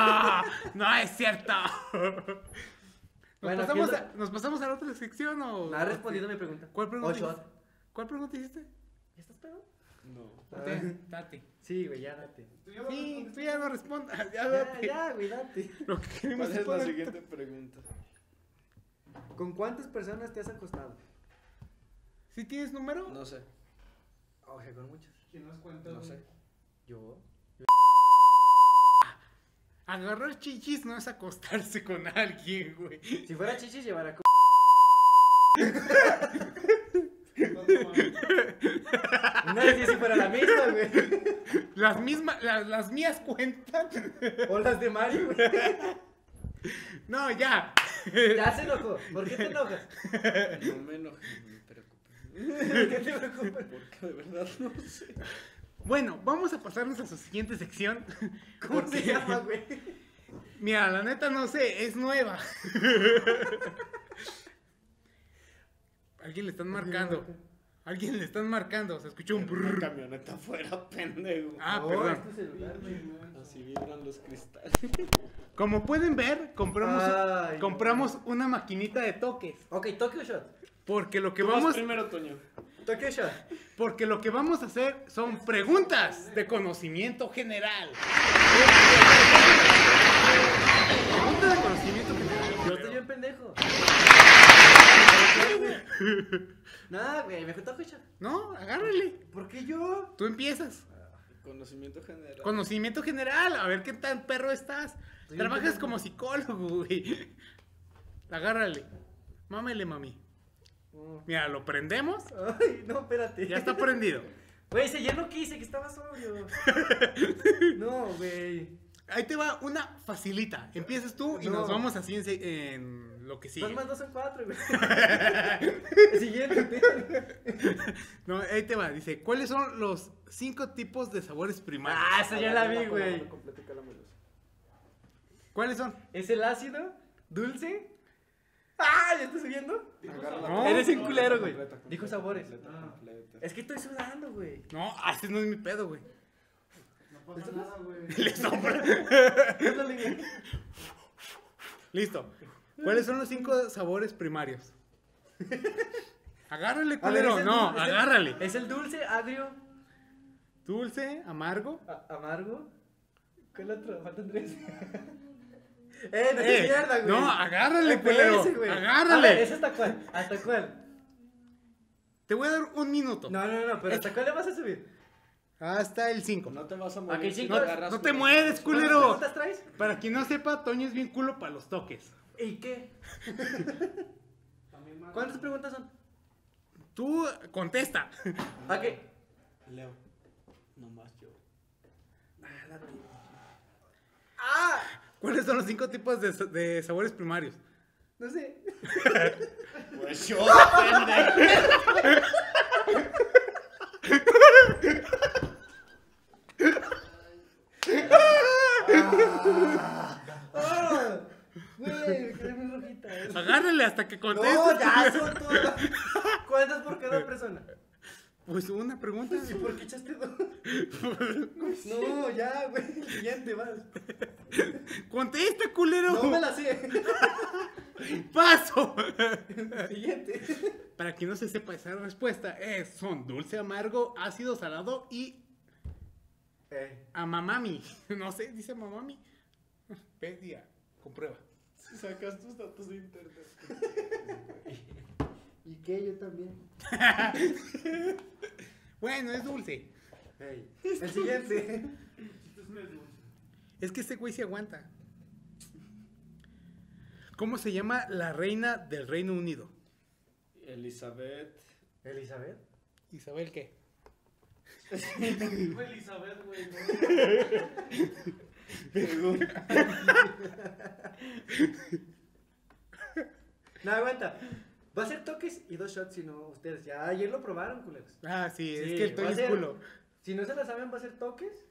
¡No es cierto! ¿Nos, Bueno, pasamos, ¿qué a, ¿nos pasamos a la otra sección o...? Pues, No ha respondido mi pregunta. ¿Cuál pregunta Ocho. hiciste? ¿Cuál pregunta hiciste? ¿Ya estás pedo? No. Date, date. Sí, güey, ya date. Sí, tú ya no respondas, ya Ya, date. ya, güey, date. Lo que queremos ¿Cuál es la poner- siguiente pregunta? ¿Con cuántas personas te has acostado? ¿Sí tienes número? No sé. Oye, con muchas. ¿Quién nos cuenta? No güey? sé. Yo. Agarrar chichis no es acostarse con alguien, güey. Si fuera chichis, llevara c. No sé si fuera la misma, güey. Las mismas, las, las mías cuentan. O las de Mario, güey. No, ya. Ya se enojó. ¿Por qué te enojas? No me enojé, no me preocupes. ¿Por qué te preocupas? Porque de verdad no sé. Bueno, vamos a pasarnos a su siguiente sección. ¿Cómo Porque- se llama, güey? Mira, la neta no sé, es nueva. Alguien le están marcando. Alguien le están marcando. Se escuchó un Una brrr. camioneta afuera, pendejo. Ah, Oh, es perdón. tu celular, güey. Así vibran los cristales. Como pueden ver, compramos, Ay, no. compramos una maquinita de toques. Ok, Tokyo Shot. Porque lo que Tú vas vamos, primero, Toño. Tokyo Shot. porque lo que vamos a hacer son preguntas de conocimiento general. Preguntas de conocimiento Yo estoy general. bien pendejo. Nada, güey, me contó Joshua. No, agárrale. ¿Por qué yo? Tú empiezas. Conocimiento general. Conocimiento general, a ver qué tan perro estás. Soy un Trabajas perro. como psicólogo, güey. Agárrale. Mámele, mami. Mira, lo prendemos. Ay, no, espérate. Ya está prendido. Güey, ese ayer no quise, que estaba sobrio. No, güey. Ahí te va una facilita. Empiezas tú y No. Pues nos vamos así en, se- en lo que Dos sigue. más dos son cuatro, güey. Siguiente. No, ahí te va. Dice, ¿cuáles son los cinco tipos de sabores primarios? Ah, esa ya la vi, güey. Completa y calamelos. ¿Cuáles son? Es el ácido, dulce. ¡Ah! ¿Ya estás subiendo? Agárrala No. toda. Eres un culero, güey. Completa, completa, Dijo sabores. completa, Ah. completa. Es que estoy sudando, güey. No, ah, ese no es mi pedo, güey. No pasa nada, güey. Le sopla. Es la lengua. Listo. ¿Cuáles son los cinco sabores primarios? Agárrale, A ver, culero. es el No, dul- es el- agárrale. Es el dulce, agrio, Dulce, amargo. a- amargo. ¿Cuál otro? Faltan tres. ¡Eh, no Eh, se pierda, güey! no, agárrale, Eh, pero culero, ese, güey. agárrale. A ver, ¿Ese hasta cuál? ¿Hasta cuál? Te voy a dar un minuto. No, no, no, pero ¿hasta cuál le vas a subir? Hasta el cinco. No, No te vas a mover. Ok, si cinco. te agarras te con- mueres, ¿Cuántas culero. preguntas traes? Para quien no sepa, Toño es bien culo para los toques. ¿Y qué? También más. ¿Cuántas preguntas son? Tú contesta. Ok. Leo. Nomás yo. ¡Ah! ¿Cuáles son los cinco tipos de, sa- de sabores primarios? No sé. Pues yo. ¡Ah! Güey, me quedé muy rojita. eh. Agárrale hasta que conteste. No, ya son todas. ¿Cuántas por cada persona? Pues una pregunta. ¿Y por qué echaste dos? No, ya, güey. Siguiente, vas. Contesta, culero. No me la sé. Paso. Siguiente. Para quien no se sepa esa respuesta, es, son dulce, amargo, ácido, salado y Eh, amamami. No sé, dice amamami. Pedia, comprueba. Sacas tus datos de internet. ¿Y qué? Yo también. Bueno, es dulce. Ey, El siguiente. Esto es medio dulce. Es que este güey se aguanta. ¿Cómo se llama la reina del Reino Unido? Elizabeth. Elizabeth. Isabel, ¿qué? Dijo Elizabeth, güey. ¿no? No, aguanta. Va a ser toques y dos shots si no ustedes. Ya ayer lo probaron, culeros. Ah, sí, es Sí, que el va Toño a es ser- culo. Si no se la saben, va a ser toques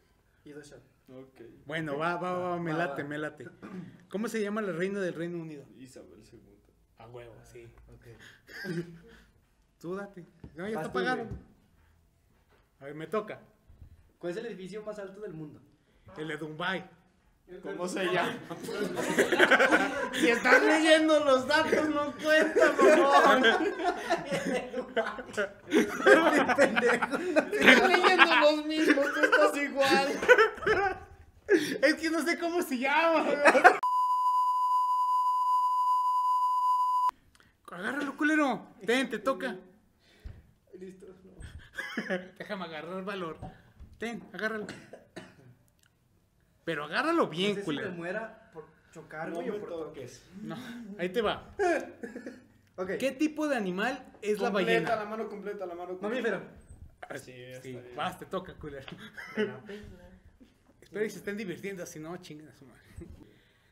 y dos shots. Ok. Bueno, va, va, va, me Va, va. late, me late. ¿Cómo se llama la reina del Reino Unido? Isabel II. A huevo, sí. Ok. Tú date. No, ya está Vas tú, güey. pagado. A ver, me toca. ¿Cuál es el edificio más alto del mundo? El de Dubai. ¿Cómo se llama? Si estás leyendo los datos, no cuenta, mamón. Estás leyendo los mismos, tú estás igual. Es que no sé cómo se llama. Agárralo, culero. Ten, te toca. Listo. no. Déjame agarrar valor. Ten, agárralo. Pero agárralo bien, no sé si culero. me muera por chocar, No güey, me o por toques. No, ahí te va. Ok. ¿Qué tipo de animal es la Completa ballena? la mano completa, la mano completa. Mamífero. Sí, Sí, está bien. vas, te toca, culero. Espero que se estén divirtiendo, si no, chingan a su madre.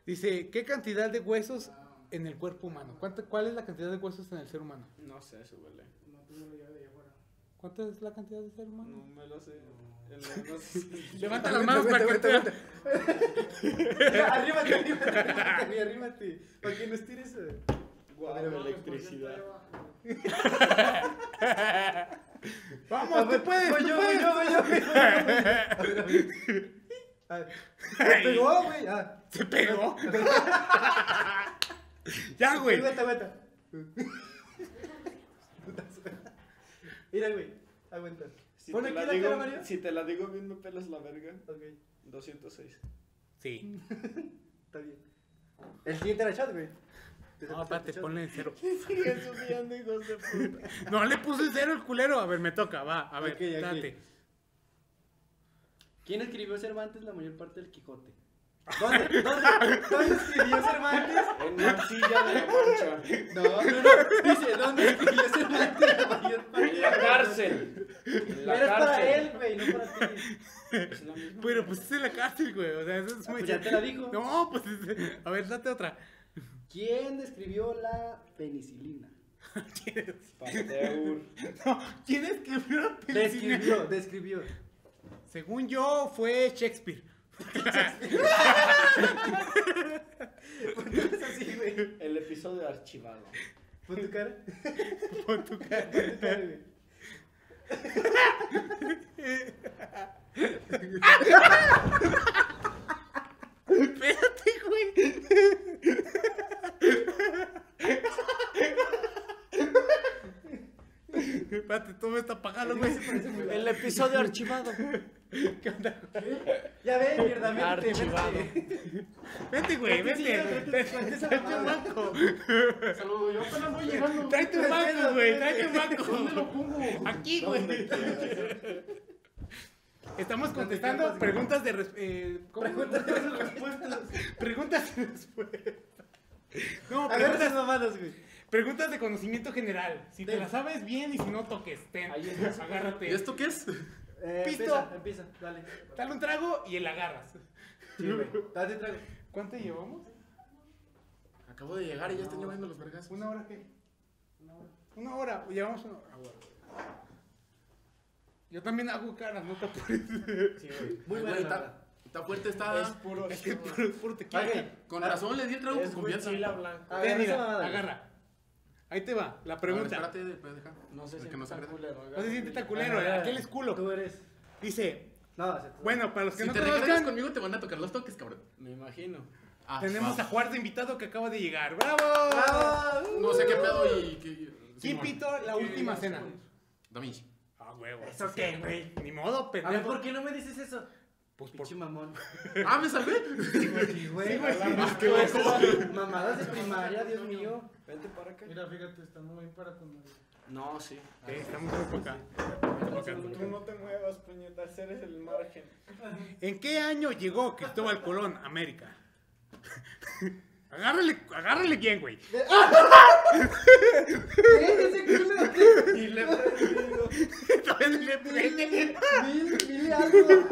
Dice, ¿qué cantidad de huesos en el cuerpo humano? ¿Cuánto- ¿Cuál es la cantidad de huesos en el ser humano? No sé, súbele. No tengo la llave de allá afuera. ¿Cuánta es la cantidad de ser humano? No me lo sé. El- no sé. Levanta las manos para que te vean. arrímate, arrímate, arrímate, güey, arrímate. Para que no estires. eh. Guau, No, güey, porque electricidad. está ahí abajo. A Vamos, ver, tú puedes, voy tú yo, voy puedes. yo, voy yo, voy yo, voy yo. A ver, a ver. A ver. Me pegó, güey. Ah. Se pegó. ya, güey. Aguanta, aguanta. Mira, güey. Aguanta. Si Pon te, aquí la la digo, cara, Mario. si te la digo bien, me pelas la verga. Ok, 206. Sí. está bien. El siguiente era shot, güey. No, espérate, ponle en cero. Sigue ensuciando, hijos de puta. No le puse en cero el culero. A ver, me toca, va. A ver, Ok, ok. date. ¿Quién escribió Cervantes la mayor parte del Quijote? ¿Dónde, dónde, dónde escribió Cervantes? En una silla de la mancha. No, no, no. Dice, ¿dónde escribió Cervantes la mayor parte? En la cárcel. En Pero la es para cárcel. él, güey, no para ti. Es la misma. Pero pues es en la cárcel, güey. O sea, eso es Ah, muy. pues ya te la dijo. No, pues. es- A ver, date otra. ¿Quién describió la penicilina? Pasteur. No, ¿quién escribió la penicilina? Describió, describió. Según yo, fue Shakespeare. ¿Por qué es así, güey? El episodio archivado. Pon tu cara. Pon tu cara. Pon tu cara, güey. Espérate, güey. Espérate, todo está apagado, güey. El episodio archivado. ¿Qué onda? güey? Ya ves, mierda, vete, Archivado. vete. Vete, güey, vete. Tráete un banco. Saludos, yo apenas voy llegando. Tráete un banco, güey. Tráete un ¿Dónde lo banco. pongo? Aquí, güey. Estamos contestando preguntas de... res- eh, ¿cómo? Preguntas y respuestas. Preguntas y respuestas. No, A ver preguntas las mamadas, güey. Preguntas de conocimiento general. Si te las sabes bien y si no toques, ten. Ahí está. Agárrate. ¿Y esto qué es? Eh, Pisto. empieza, empieza, dale. Dale un trago y el agarras. Sí, güey. Date trago. ¿Cuánto llevamos? Acabo de llegar y ya están llevando los vergas. ¿Una hora qué? Una hora. Llevamos una hora. Ah, Yo también hago caras, no te apures. Muy buena. Güey, la está, está fuerte, está. Es puro Es que shit. por, por tequila. verdad. Con razón le di el trago con Es confianza. mochila blanca. A Ve, ver, mira, esa mamada, güey. agarra. Ahí te va, la A pregunta. ver, espérate, pues, deja. No El sé si que no se agrede. No se siente tan culero, ¿eh? Ajá. aquel es culo. Tú eres. Dice, No, o sea, tú- bueno, para los que Si no te regresas conozcan, conmigo te van a tocar los toques, cabrón. Me imagino. Ah, tenemos a vamos. Juan de invitado que acaba de llegar. ¡Bravo! ¡Bravo! No sé qué pedo y qué. ¿Quién Simón. pitó la última cena? Damish. Ah, huevo. ¿Eso qué, güey? Ni modo, A ver, pendejo. ¿por qué no me dices eso? Pues por... Pinche mamón. Ah, me salvé. Sí, güey. Sí, güey. Ah, qué hueco. Mamadas de primaria, Dios mío. Vente para acá. Mira, fíjate, está muy para con No, sí. Eh, estamos muy por acá. Por acá. Tú no te muevas, puñetas. Eres el margen. ¿En qué año llegó Cristóbal Colón a América? Agárrale, agárrale bien, güey. ¿Qué? Ese culo. Y le he prendido. Todavía no le prende. Mil, mil y algo.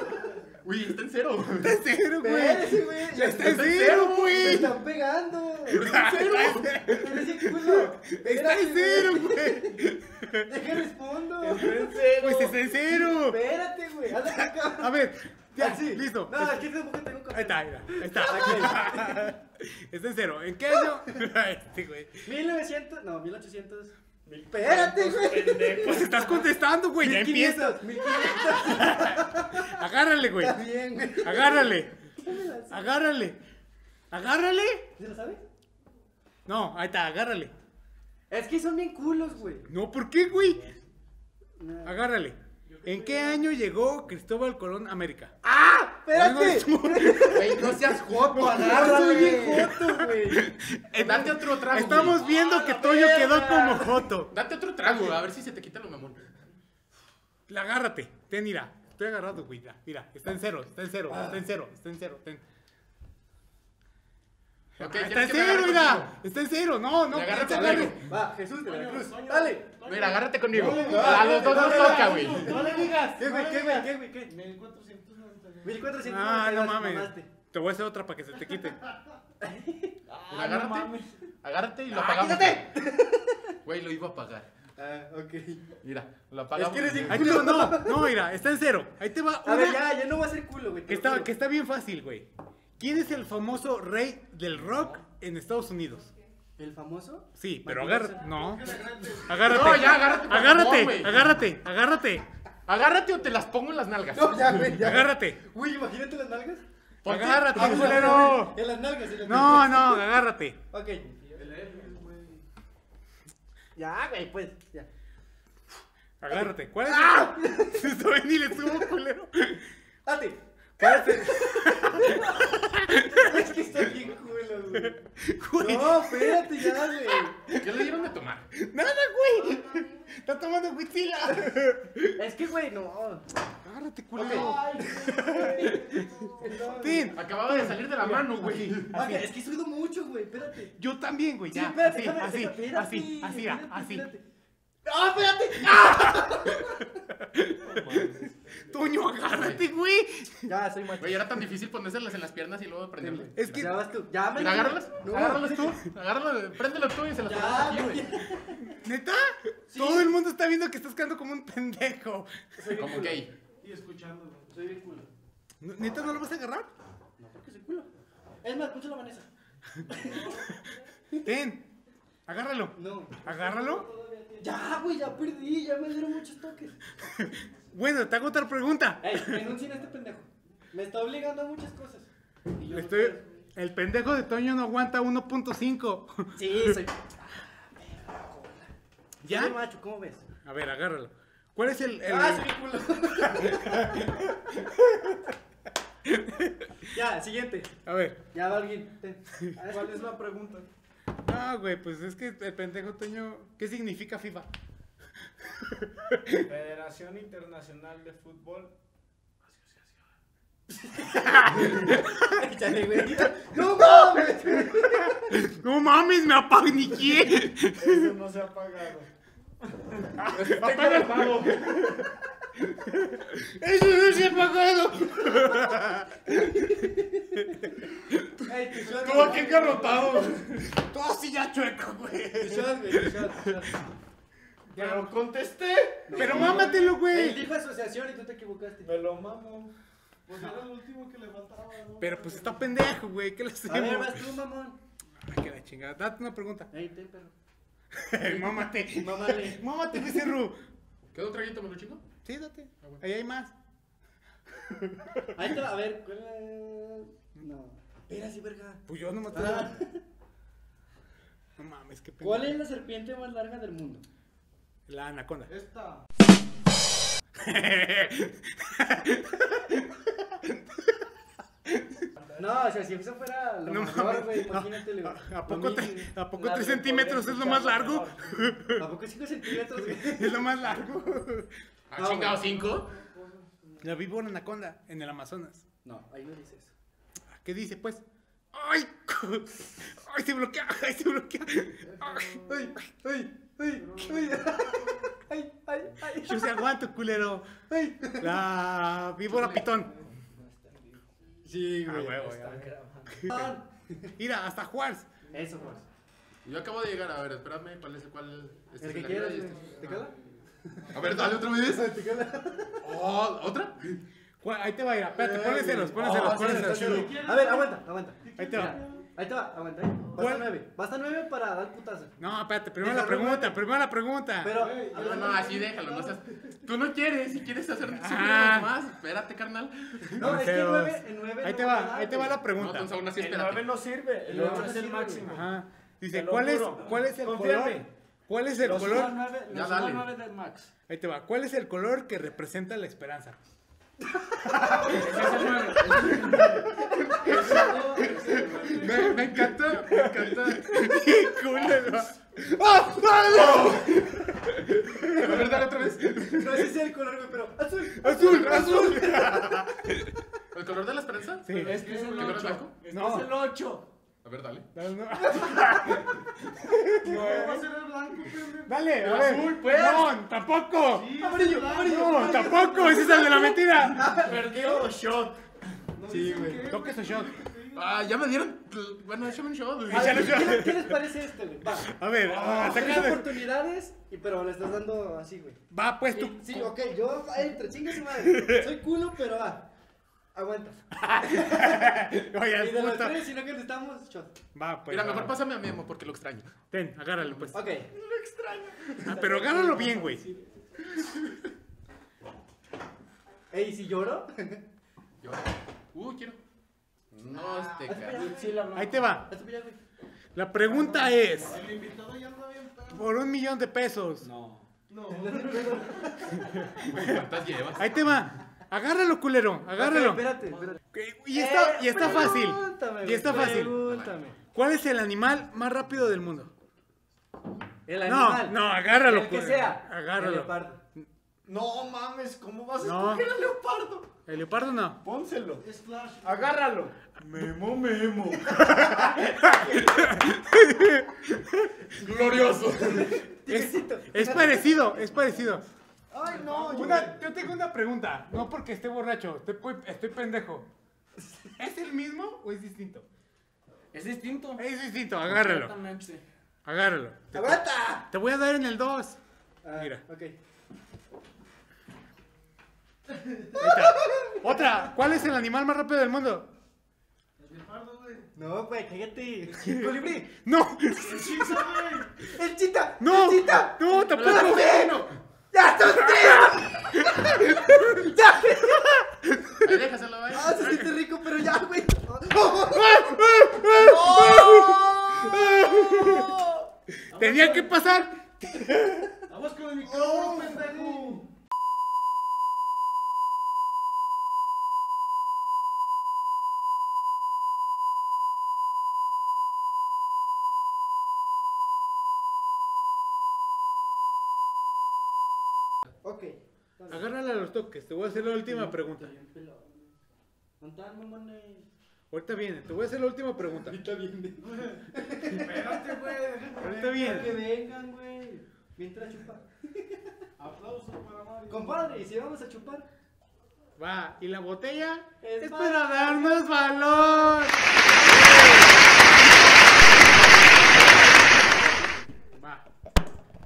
Uy, está en cero. Está en cero, güey. Espérese, güey. Ya Está en cero, Me güey. están pegando. Está en cero. Pero ese culo. Está en cero, güey. Deja respondo. Pues está en cero. Espérate, güey. Hazle acá, cabrón. A ver, ya, Ah, sí. listo. No, es que tampoco tengo Ahí confianza. está, ahí está. Ahí Ah, está. Está en cero. ¿En qué año? Este, güey. 1900, no, 1800. Espérate, güey. Pues estás contestando, güey. Ya empieza. 1500, 1500. Agárrale, güey. Bien, güey. Agárrale. ¿Se Agárrale. Agárrale. lo sabes? No, ahí está, agárrale. Es que son bien culos, güey. No, ¿por qué, güey? Nah. Agárrale. ¿En qué año llegó Cristóbal Colón a América? ¡Ah! Ay, ¡Espérate! no, Güey, no seas joto. Soy bien Agárrale. joto, güey. Date otro trago. güey. Estamos viendo que Ah, la Toyo verga! quedó como joto. Date otro trago, a ver si se te quita lo mamón. La- Agárrate, ten, mira. Estoy agarrado, güey. ya, Mira, está en cero, está en cero, Ah. está en cero, está en cero, ten. Ok, Ah, está ¿quieres en que me agarre cero, mira. contigo? Está en cero, no, no. Me agarra no te contigo. agarres. Va, Jesús de la Cruz. Dale. Mira, agárrate conmigo. A los dos nos toca, güey. No le digas. ¿Qué, güey? ¿Qué, güey? ¿Qué, güey? ¿Qué? 1499. 1400. Ah, no mames. mamaste. Te voy a hacer otra para que se te quite. Mira, agárrate. Agárrate y lo ¡Ah, apagamos. quítate! Güey, lo iba a apagar. Ah, ok. Mira, lo apagamos. eres bien Ahí te va, no, no, mira, está en cero. Ahí te va A ver, una- ya, ya no va a ser culo, güey. te Que lo está, juro. que está bien fácil, güey. ¿Quién es el famoso rey del rock en Estados Unidos? ¿El famoso? Sí, pero Michael agárrate. Jackson. No. Agárrate. No, ya, agárrate, por Agárrate, favor, güey. agárrate, agárrate. Agárrate o te las pongo en las nalgas. No, ya, güey, ya. Agárrate. Güey, imagínate las nalgas. Ponte- Agárrate, Ah, culero. En las nalgas. en las No, nalgas. no, agárrate. Ok. Ya, güey, pues. Ya. Agárrate. ¿Cuál es? Ah. Se estoy ni le subo, culero. Date. es que estoy bien culo, güey. Güey, No, espérate, ya. no. Agárrate, culero. Tin, Acababa de salir de la mano, güey. Ah, Es que he subido mucho, güey. Espérate. Yo también, güey. Sí, Ya, espérate, así, déjame- así, espérate, así, así, espérate, así. espérate. ¡Ah, espérate! Toño, agárrate, güey. Ya, soy macho. Güey, era tan difícil ponérselas en las piernas y luego prenderle. Es que Ya vas tú. Ya, me. Mira, agárralas, No, agárralas tú, agárralo, préndelo tú y se las pones Ya, aquí, güey. güey. ¿Neta? Todo el mundo está viendo que estás quedando como un pendejo. Soy bien Como culo. gay. Y escuchándolo. Soy bien culo. ¿No- ¿Neta no lo vas a agarrar? No, porque soy culo. Es más, escucha la Vanessa. Ten, agárralo. No. Agárralo. Ya, güey, ya perdí. Ya me dieron muchos toques. Bueno, te hago otra pregunta. Ey, denuncien a este pendejo. Me está obligando a muchas cosas. Y yo Le no estoy... quiero. El pendejo de Toño no aguanta 1.5. Sí, soy. Ah, ¿Ya? Soy macho, ¿cómo ves? A ver, agárralo. ¿Cuál es el, el- ¡Ah, soy culo! ya, siguiente. A ver. Ya, va alguien. ten. ¿Cuál es la pregunta? Ah, güey, pues es que el pendejo Toño... ¿Qué significa FIFA? Federación Internacional de Fútbol. Échale, güey. ¡No mames! No mames, me apaniqué. Eso no se ha pagado. Eso no se ha pagado. Ey, tus shots, Todo güey. aquí engarrotado. Todo así ya chueco, güey. Tus shots, güey, tus shots, tus shots. Pero contesté. Pero mámatelo, Él güey. dijo asociación y tú te equivocaste. Me lo mamo. Pues era el último que le faltaba, ¿no? Pero pues está pendejo, güey. ¿Qué le A ver, hacemos? vas tú, mamón. Ay, que la chingada. Date una pregunta. Ey, ten, perro. Mámate. Mámale. Mámate, becerro. ¿Quedó un traguito, me lo chico? Sí, date. Ah, bueno. Ahí hay más. Ahí te va, a ver, ¿cuál es? No. Espérate, verga. Pues yo nomás te Ah. No mames, qué pendejo. ¿Cuál es la serpiente más larga del mundo? La anaconda. Esta. No, o sea, si eso fuera lo No mejor, mames. güey, imagínate, güey. ¿A, a Lo poco, mismo. te- ¿a poco La 3 de centímetros poder es lo más escuchar largo? ¿A poco 5 centímetros, güey? es lo más largo. ¿Ha No, Ah, chingado güey. cinco? La víbora anaconda en el Amazonas. No, ahí no dice eso. ¿Qué dice, pues? ¡Ay! co- ¡Ay, se bloquea! ¡Ay, se bloquea! ¡Ay! ¡Ay! ¡Ay! ¡Ay! ay. ¡Ay, ay, ay! Yo se aguanto, culero. ay. La víbora pitón. Sí, Ah, güey. huevo, está ya. grabando. Mira, hasta Juárez. Eso, pues. Yo acabo de llegar, a ver, espérame, ¿cuál es cuál? El Este es que la quieras, vida y güey. este es- ¿Te ah. cala? A ver, dale otra vez. ¿Te cala? Oh, ¿Otra? Ju- Ahí te va a ir. Espérate, pónselos, pónselos, Eh, oh, sí, pónselos. está chido. A ver, aguanta, aguanta. Ahí te va. Mira, Ahí te va, aguanta. ahí. Basta ¿Cuál? nueve. Basta nueve para dar putazo. No, espérate, primero la Déjalo, pregunta, primero la pregunta. Pero, a ver, No, no, así déjalo, no seas... Tú no quieres, si quieres hacer cinco Ah. más, espérate, carnal. No, es que Deseos. nueve, en nueve Ahí no te va a va, dar, ahí te va güey. la No, pregunta. entonces aún así, El 9 espérate. no sirve. El El 8 ocho es no el sirve, máximo. Ajá. Te Dice, lo ¿cuál es, juro. cuál es el Confía en color? mí. ¿Cuál es el Los color? uno al nueve- Ya los uno al dale. nueve del Max. Ahí te va. ¿Cuál es el color que representa la esperanza? Me, me encanta, me encanta. ¡Qué culo! ¡Ah, A ver, dale otra vez. No ese es el color, güey, pero azul. ¡Azul, azul! ¿El color de la esperanza? Sí. ¿Es que es el color blanco? No. El 8. A ver, dale. Dale, no. No, va a ser el blanco, pendejo. Dale, a ver. azul, pues. No, tampoco. Sí, Amarillo, es el amarillo. No, tampoco. Ese es el de la mentira. Perdió shot. No Sí, dicen güey. qué, Toque su shot. Ah, ya me dieron. Bueno, échame un shot. Ah, ya lo- ¿Qué, les- qué les parece este, güey? Va. A ver, ah, hasta que Tres se- oportunidades, y, pero le estás dando así, güey. Va, pues tú. Y- Sí, ok, yo entro, chingue su madre. Soy culo, pero va. Aguanta. Oye, Y de los puta. tres, si no que estamos, shot. Va, pues. Mira, va. mejor pásame a Memo porque lo extraño. Ten, agárralo, pues. Ok. Ah, pero agárralo bien, güey. Ey, si lloro. Yo. Uh, quiero. No, este cara. Espera, Sí, güey. la Ahí te va. Hasta allá, güey. La pregunta es, El invitado ya anda bien pedo. por un millón de pesos. No. No, ¿Cuántas llevas? Ahí te va. Agárralo, culero. Agárralo. Espérate, espérate. Y está, y está Eh, fácil. pregúntame, Y está güey, fácil. Pregúntame. ¿Cuál es el animal más rápido del mundo? El No, animal. no, agárralo, El que pues. sea. Agárralo. El leopardo. No mames, ¿cómo vas a No. escoger al leopardo? El leopardo no. Pónselo. Splash. Agárralo. Memo, memo. Glorioso. Es, es parecido, es parecido. Ay, no. yo- Una- yo tengo una pregunta. No porque esté borracho, estoy, pu- estoy pendejo. ¿Es el mismo o es distinto? Es distinto. Es distinto, agárralo. Exactamente. Agárralo. ¡Aguanta! Te voy a dar en el 2. Mira. Ok. Ahí está. Otra, ¿cuál es el animal más rápido del mundo? El leopardo, güey. No, güey, cállate. Colibrí. No, ¡El chisa, güey! ¡El chita! no, ¡El chita! no, tampoco. ¡Ya estás frío! ¡Ya! Ahí déjaselo, güey. ¡Ah, se siente rico, pero ya, güey! Tenía que pasar. ¡Vamos con el micrófono, pendejo! Ok. Agárrala a los toques, te voy a hacer la última pregunta. Contar, mamones. Ahorita viene, te voy a hacer la última pregunta. Espérate, güey. Ahorita Que viene. vengan, güey. Mientras chupa. Aplauso para Mario. Compadre, ¿y si vamos a chupar? Va, y la botella Es es para- para darnos valor. Va.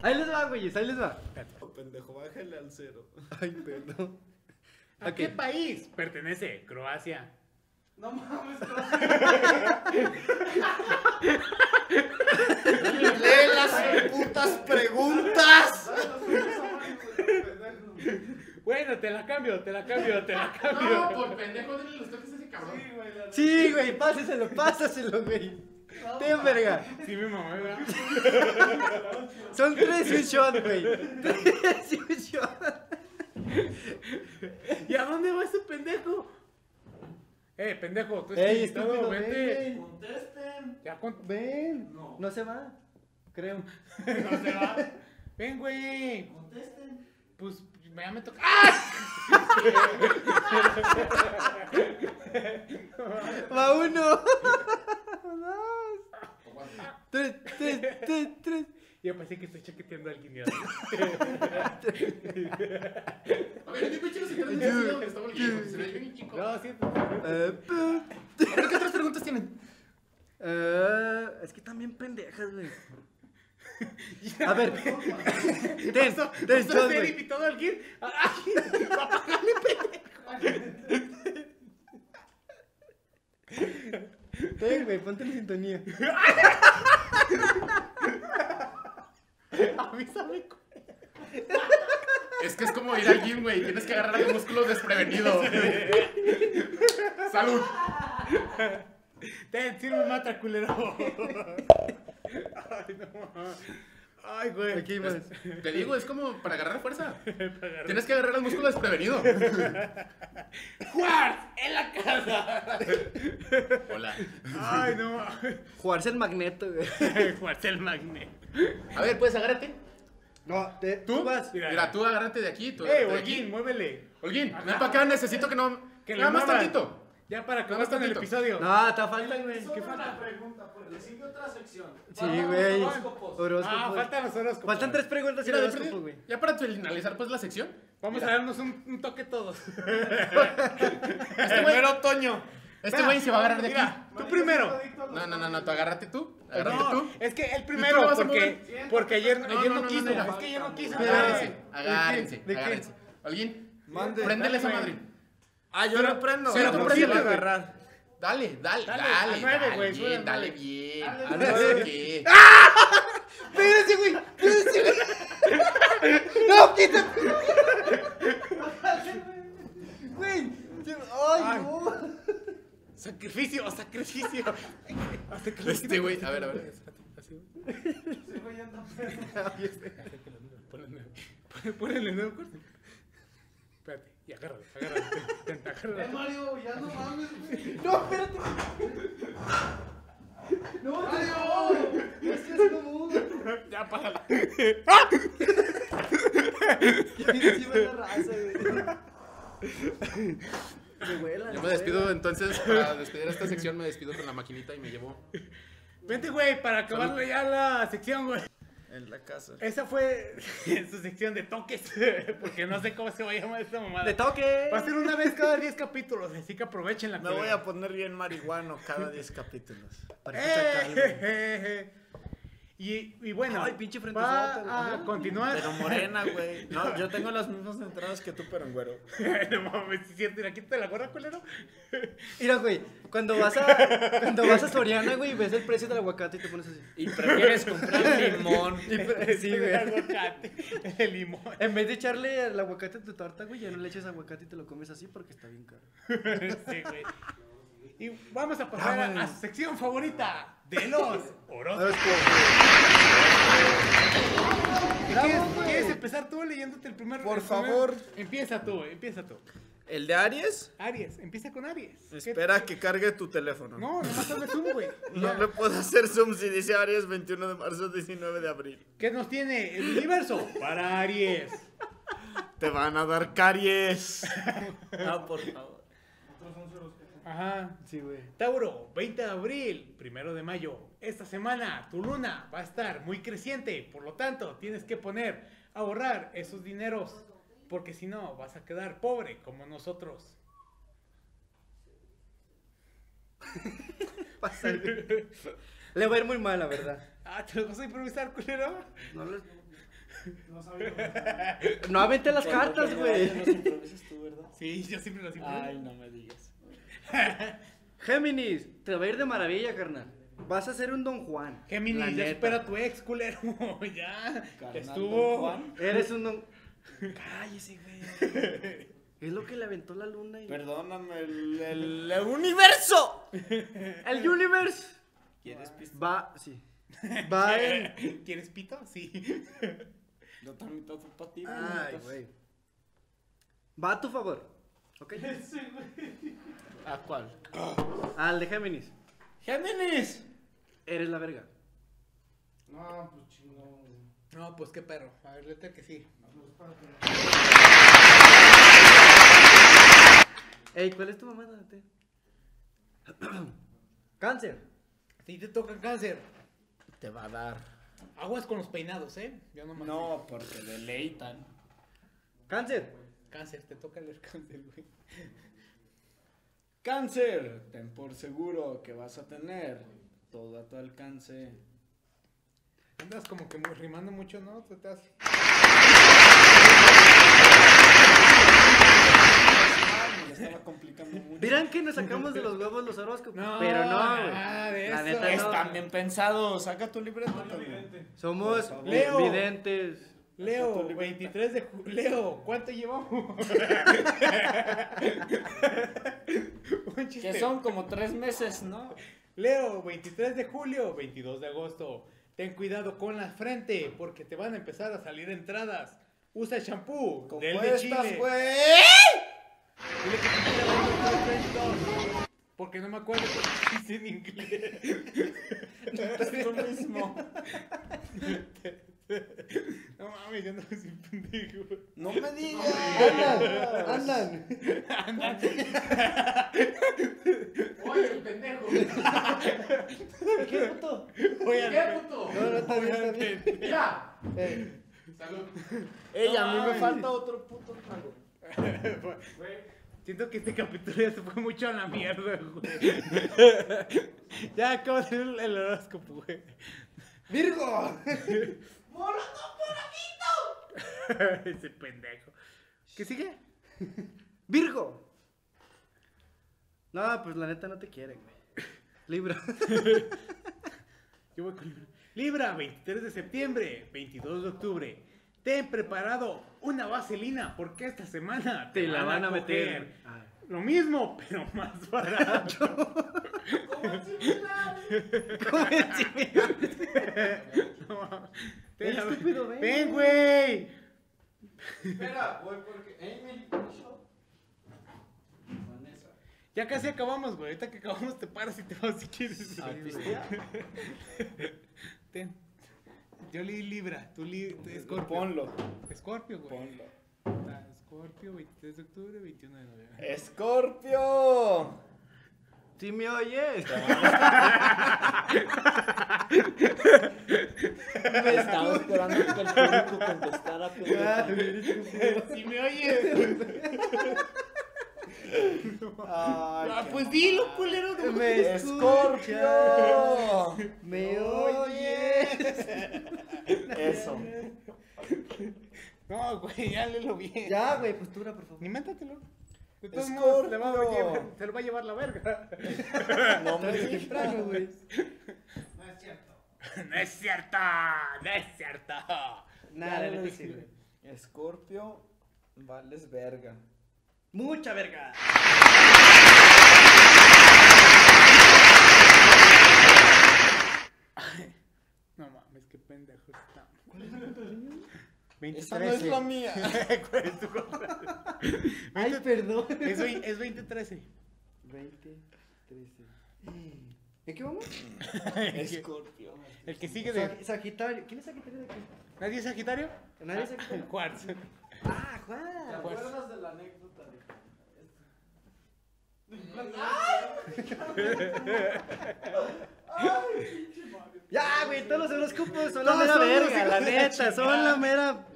Ahí les va, güeyes, ahí les va. Oh, Pendejo, bájale al cero. ¿A qué país pertenece Croacia? No mames, ¡Lee las putas preguntas! pendejo. Bueno, te la cambio, te la cambio, te la No, cambio. por pendejo, denle los toques a ese cabrón. Sí, güey. la- Sí, güey, pásaselo, pásaselo, güey. Ten verga. Sí, mi mamá, ¿verdad? Son tres y un shot, güey. Tres y un shot. ¿Y a dónde va ese pendejo? Eh, pendejo, tú estás Ey, invitado, estúpido, vente. ven, güey. Contesten. Ya con- Ven. No. No se va. Creo. no se va. Ven, güey. Contesten. Pues ya me toca. ¡Ah! Va uno. Dos. Tres, tres, tres, tres. Yo pensé que estoy chaqueteando a alguien. ya. A ver, dime, chicos, si quieres decir que está volviendo. Se ve bien chico. No, pues, siento. Eh, pu- ¿Qué otras preguntas tienen? eh, es que también pendejas, güey. A ver, ten, ten ¿Tú shot, ser güey. invitado a alguien? ¡Ay! Ten, güey, ponte en sintonía. Avísame. cu- Es que es como ir al gym, güey. Tienes que agarrar los músculos desprevenidos. Salud. Ten, sirve otra, culero. Ay, no. mames. Ay, güey. Aquí más. Te digo, es como para agarrar fuerza. Tienes que agarrar los músculos desprevenidos. ¡Juar! ¡En la casa! Hola. Ay, no. Jugarse el magneto, güey. Juarse el magnet. A ver, puedes agárrate. No, te- ¿Tú? vas. Mira, tú agárrate de aquí. Tú ¡Eh, agárrate de Joaquín, muévele! aquí. Holguín, ven para acá. Necesito que no. Que le Nada más muevas. tantito. Ya para Nada acabar más con el tantito. episodio. No, te faltan, güey. Solo una pregunta, porque sigue otra sección. Sí, güey. Horóscopos. Ah, Horóscopos. faltan los horóscopos. pues, Faltan tres preguntas y Mira, de horóscopos, perdido. güey. Ya para finalizar, pues la sección. Vamos a darnos un, un toque todos. Este güey. otoño. Este Mira, güey se va a agarrar de aquí. Mira, tú primero. No, no, no, no. Tú agárrate tú. Agárrate No, tú. es que el Tú lo primero, vas a porque, mover. porque ayer, No, ayer no, no, no, quiso. no, no, no. es que ayer no quiso. Agárrense, Ah, agárrense, ¿De qué? agárrense. ¿Alguien? Mande. Préndele esa Dame. madre. Ah, yo lo prendo. Sí, Yo tú lo préndele, prendo. güey. agarrar. Dale, Dale, dale, dale, a dale, nueve, güey, sube a bien, dale nueve. A bien. A nueve. ver qué. Espérense, güey. Espérense, güey. No, quita. Güey. Ay, no. Sacrificio, sacrificio. Este güey, a ver, a ver. Ese güey anda pedo. Pon- Ponle el nuevo corte. Espérate, y agárralo, agárralo. Ten, ten, Eh, agárralo. Mario, ya no mames, güey. No, espérate. No, no. Es que es como. Ya, págala. Sí, buena raza, güey. Me huela, Yo me despido entonces, para despedir esta sección me despido con la maquinita y me llevo. Vente, güey, para acabarle ya la sección, güey. En la casa. Esa fue su sección de toques, porque no sé cómo se va a llamar esta mamada. ¡De toque! Va a ser una vez cada 10 capítulos, así que aprovechen la Me voy a poner bien marihuano cada 10 capítulos. Para escuchar Cali, Y, Eh, y bueno, Ay, pinche frente va sota, a güey. continuar. Pero morena, güey. No, yo tengo las mismas entradas que tú, pero en güero. no mames, si cierto, mira, quítate la gorra, culero. Mira, güey, cuando vas a, cuando vas a Soriana, güey, ves el precio del aguacate y te pones así. Y prefieres comprar limón. Y pre- sí, El güey. Este, aguacate, el limón. En vez de echarle el aguacate a tu tarta, güey, ya no le echas aguacate y te lo comes así porque está bien caro. Sí, güey. Y vamos a pasar a, a su sección favorita de los Orozco. pues. ¿Y ¿Quieres, pues. quieres empezar tú leyéndote el primer Por el primer- favor. Empieza tú, güey, empieza tú. El de Aries, Aries, empieza con Aries. ¿Qué- Espera que cargue tu teléfono. No, No, nomás hazle zoom, güey. le puedo hacer zoom si dice Aries 21 de marzo, 19 de abril. ¿Qué nos tiene el universo para Aries? Te van a dar caries. Ah, por favor. Ajá. Sí, güey. Tauro, 20 de abril, primero de mayo. Esta semana tu luna va a estar muy creciente, por lo tanto tienes que poner a ahorrar esos dineros, porque si no vas a quedar pobre como nosotros. Pasa, güey. Le va a ir muy mal, la verdad. Ah, te los vas a improvisar, culero. No, les- No sabía. no aventé las cartas, güey. tú, ¿verdad? Sí, yo siempre los improviso. Ay, no me digas. Géminis, te va a ir de maravilla, carnal. Vas a ser un Don Juan. La Géminis, ya neta. espera a tu ex, culero. ya, Carnal, ya estuvo. Don Juan. Eres un Don... Cállese, güey. Es lo que le aventó la luna y... Perdóname, el, el- el universo. El universe ¿Quieres pista? va... Sí. Va en... ¿Quieres pito? Sí. Lo tramito fue para ti, Ay, güey. Va a tu favor. ¿Ok? ¿A cuál? Al de Géminis. ¡Géminis! Eres la verga. No, pues chingón, güey. No, pues qué perro. A ver, letra que sí. Ey, ¿cuál es tu mamada? Te- Cáncer. Si te tocan cáncer, Te va a dar. aguas con los peinados, ¿eh? Yo nomás. No, porque deleitan. Cáncer. Cáncer, te toca leer cáncer, güey. Cáncer, ten por seguro que vas a tener todo a tu alcance. Andas como que mu- rimando mucho, ¿no? Te estás... Ah, ya estaba complicando mucho. Dirán que nos sacamos de los huevos los horóscopos. No, pero no, güey. nada Ah, de La eso. neta no. Están bien pensados. Saca tu libreta también. Somos Por favor. vi- Leo. videntes. Leo, 23 de julio. Leo, ¿cuánto llevamos? Un chiste. Que son como tres meses, ¿no? Leo, 23 de julio, 22 de agosto. Ten cuidado con la frente porque te van a empezar a salir entradas. Usa el shampoo del de Chile. Compuestas, güey. Dile que te quite la ropa de French Dog, Porque no me acuerdo cómo se dice en inglés. Es lo mismo. No mames, yo no soy pendejo. No me digas. Andan, ¡Oye, el pendejo! ¿Qué puto? ¡Qué puto! No, no, está bien, está bien. ¡Mira! Eh, Salud. Ey, a mí me Ay. falta otro puto trago. Siento que este capítulo ya se fue mucho a la mierda, güey. ya acabo de ver el horóscopo, güey. ¡Virgo! Ese pendejo. ¿Qué sigue? Virgo. No, pues la neta no te quieren, güey. Libra. Yo voy con Libra. Libra, 23 de septiembre, 22 de octubre. Ten preparado una vaselina porque esta semana Te la van a coger. meter. Ah. Lo mismo, pero más barato. ¿Cómo es? No, te Ey, la- estúpido, ven. ven, güey. Espera, voy porque. Amy, Vanessa. Ya casi acabamos, güey. Ahorita que acabamos Ah, te paras y te vas si quieres. ¿A pistear? Ten. Yo leí Libra, tú leí Scorpio. Ponlo. Scorpio, güey. Ponlo. Ah, Scorpio, 23 de octubre, 21 de noviembre. ¡Escorpio! ¿Sí me oyes? Estaba esperando que el público contestara. pendejo. Si me oyes. Ah, pues dilo, culero. no mames. ¡Escorpio! Me oye. Eso. No, güey, ya léelo bien. Ya, güey, postura, por favor. Invéntatelo. De todos modos, le va a Scorpio. llevar- se lo va a llevar la verga. No me Tarde o temprano, güey. No es cierto, no es cierto. Nada, la neta sí, güey. Escorpio, vales verga. Mucha verga. No mames, qué pendejo está. Esa no é es la mía. Ay, perdón. Es, vein- es 2013. 20, 13. ¿En Eh. qué vamos? É Escorpio. El que sigue de. Sag- Sagitario. ¿Quién es Sagitario de aquí? ¿Nadie es Sagitario? Nadie es Sagitario. Cuarzo. Ah, Juan. acuerdas de la anécdota de Ya, güey, todos los horóscopos son la mera verga, la neta, son la mera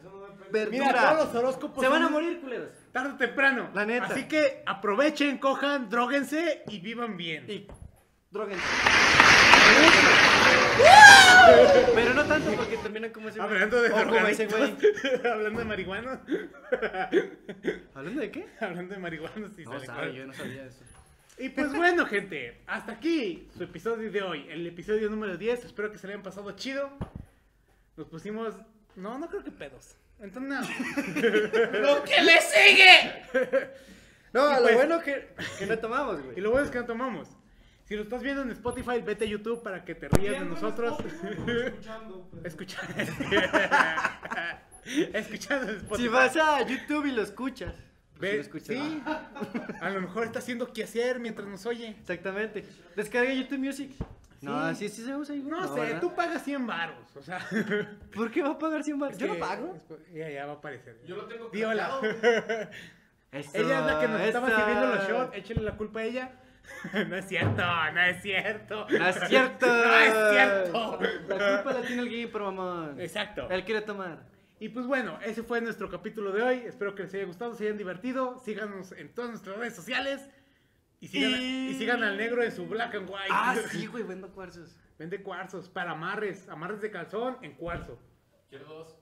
verdura. los horóscopos. Se van a morir, culeros. Tarde o temprano. La neta. Así que aprovechen, cojan, droguense y vivan bien. Y droguense. Pero no tanto porque terminan como ese güey. Hablando de O como ese güey. drogadictos, Hablando de marihuanos. ¿Hablando de qué? Hablando de marihuanos y No sale sabe, con- yo no sabía eso. Y pues bueno, gente, hasta aquí su episodio de hoy, el episodio número 10. Espero que se le hayan pasado chido. Nos pusimos. No, no creo que pedos. Entonces, no. ¡Lo que le sigue! No, Y lo pues- bueno que, que no tomamos, Y güey. lo bueno es que no tomamos. Si lo estás viendo en Spotify, vete a YouTube para que te rías de nosotros. Escuchando, pues. Escuchando. Escuchando en Spotify. Si vas a YouTube y lo escuchas. Pues Ve- Si lo escuchas. sí. A lo mejor está haciendo quehacer mientras nos oye. Exactamente. Descarga YouTube Music. No, Sí. sí, sí se usa ahí. güey. No, sé, ¿verdad? tú pagas 100 baros. O sea. ¿Por qué va a pagar 100 baros? Yo que- no pago. Ya, ya va a aparecer. Yo lo tengo Di hola. Eso, Ella es la que nos estaba eso. sirviendo los shots. Échale la culpa a ella. No es cierto, no es cierto. No es cierto. No es cierto. La culpa la tiene el game, pero mamón. Exacto. Él quiere tomar. Y pues bueno, ese fue nuestro capítulo de hoy. Espero que les haya gustado, se hayan divertido. Síganos en todas nuestras redes sociales. Y sigan, Y- y sigan al negro en su black and white. Ah, sí, güey, vendo cuarzos. Vende cuarzos para amarres. Amarres de calzón en cuarzo. Quiero dos.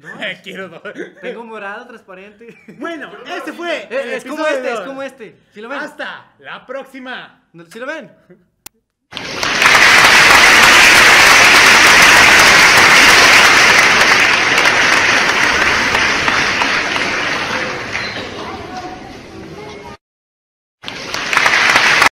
Quiero dos. Tengo morado transparente. Bueno, este fue. Eh, el es episodio como este, de Ah, es hoy. como este. Si lo ven? Hasta la próxima. No, ¿Sí lo ven?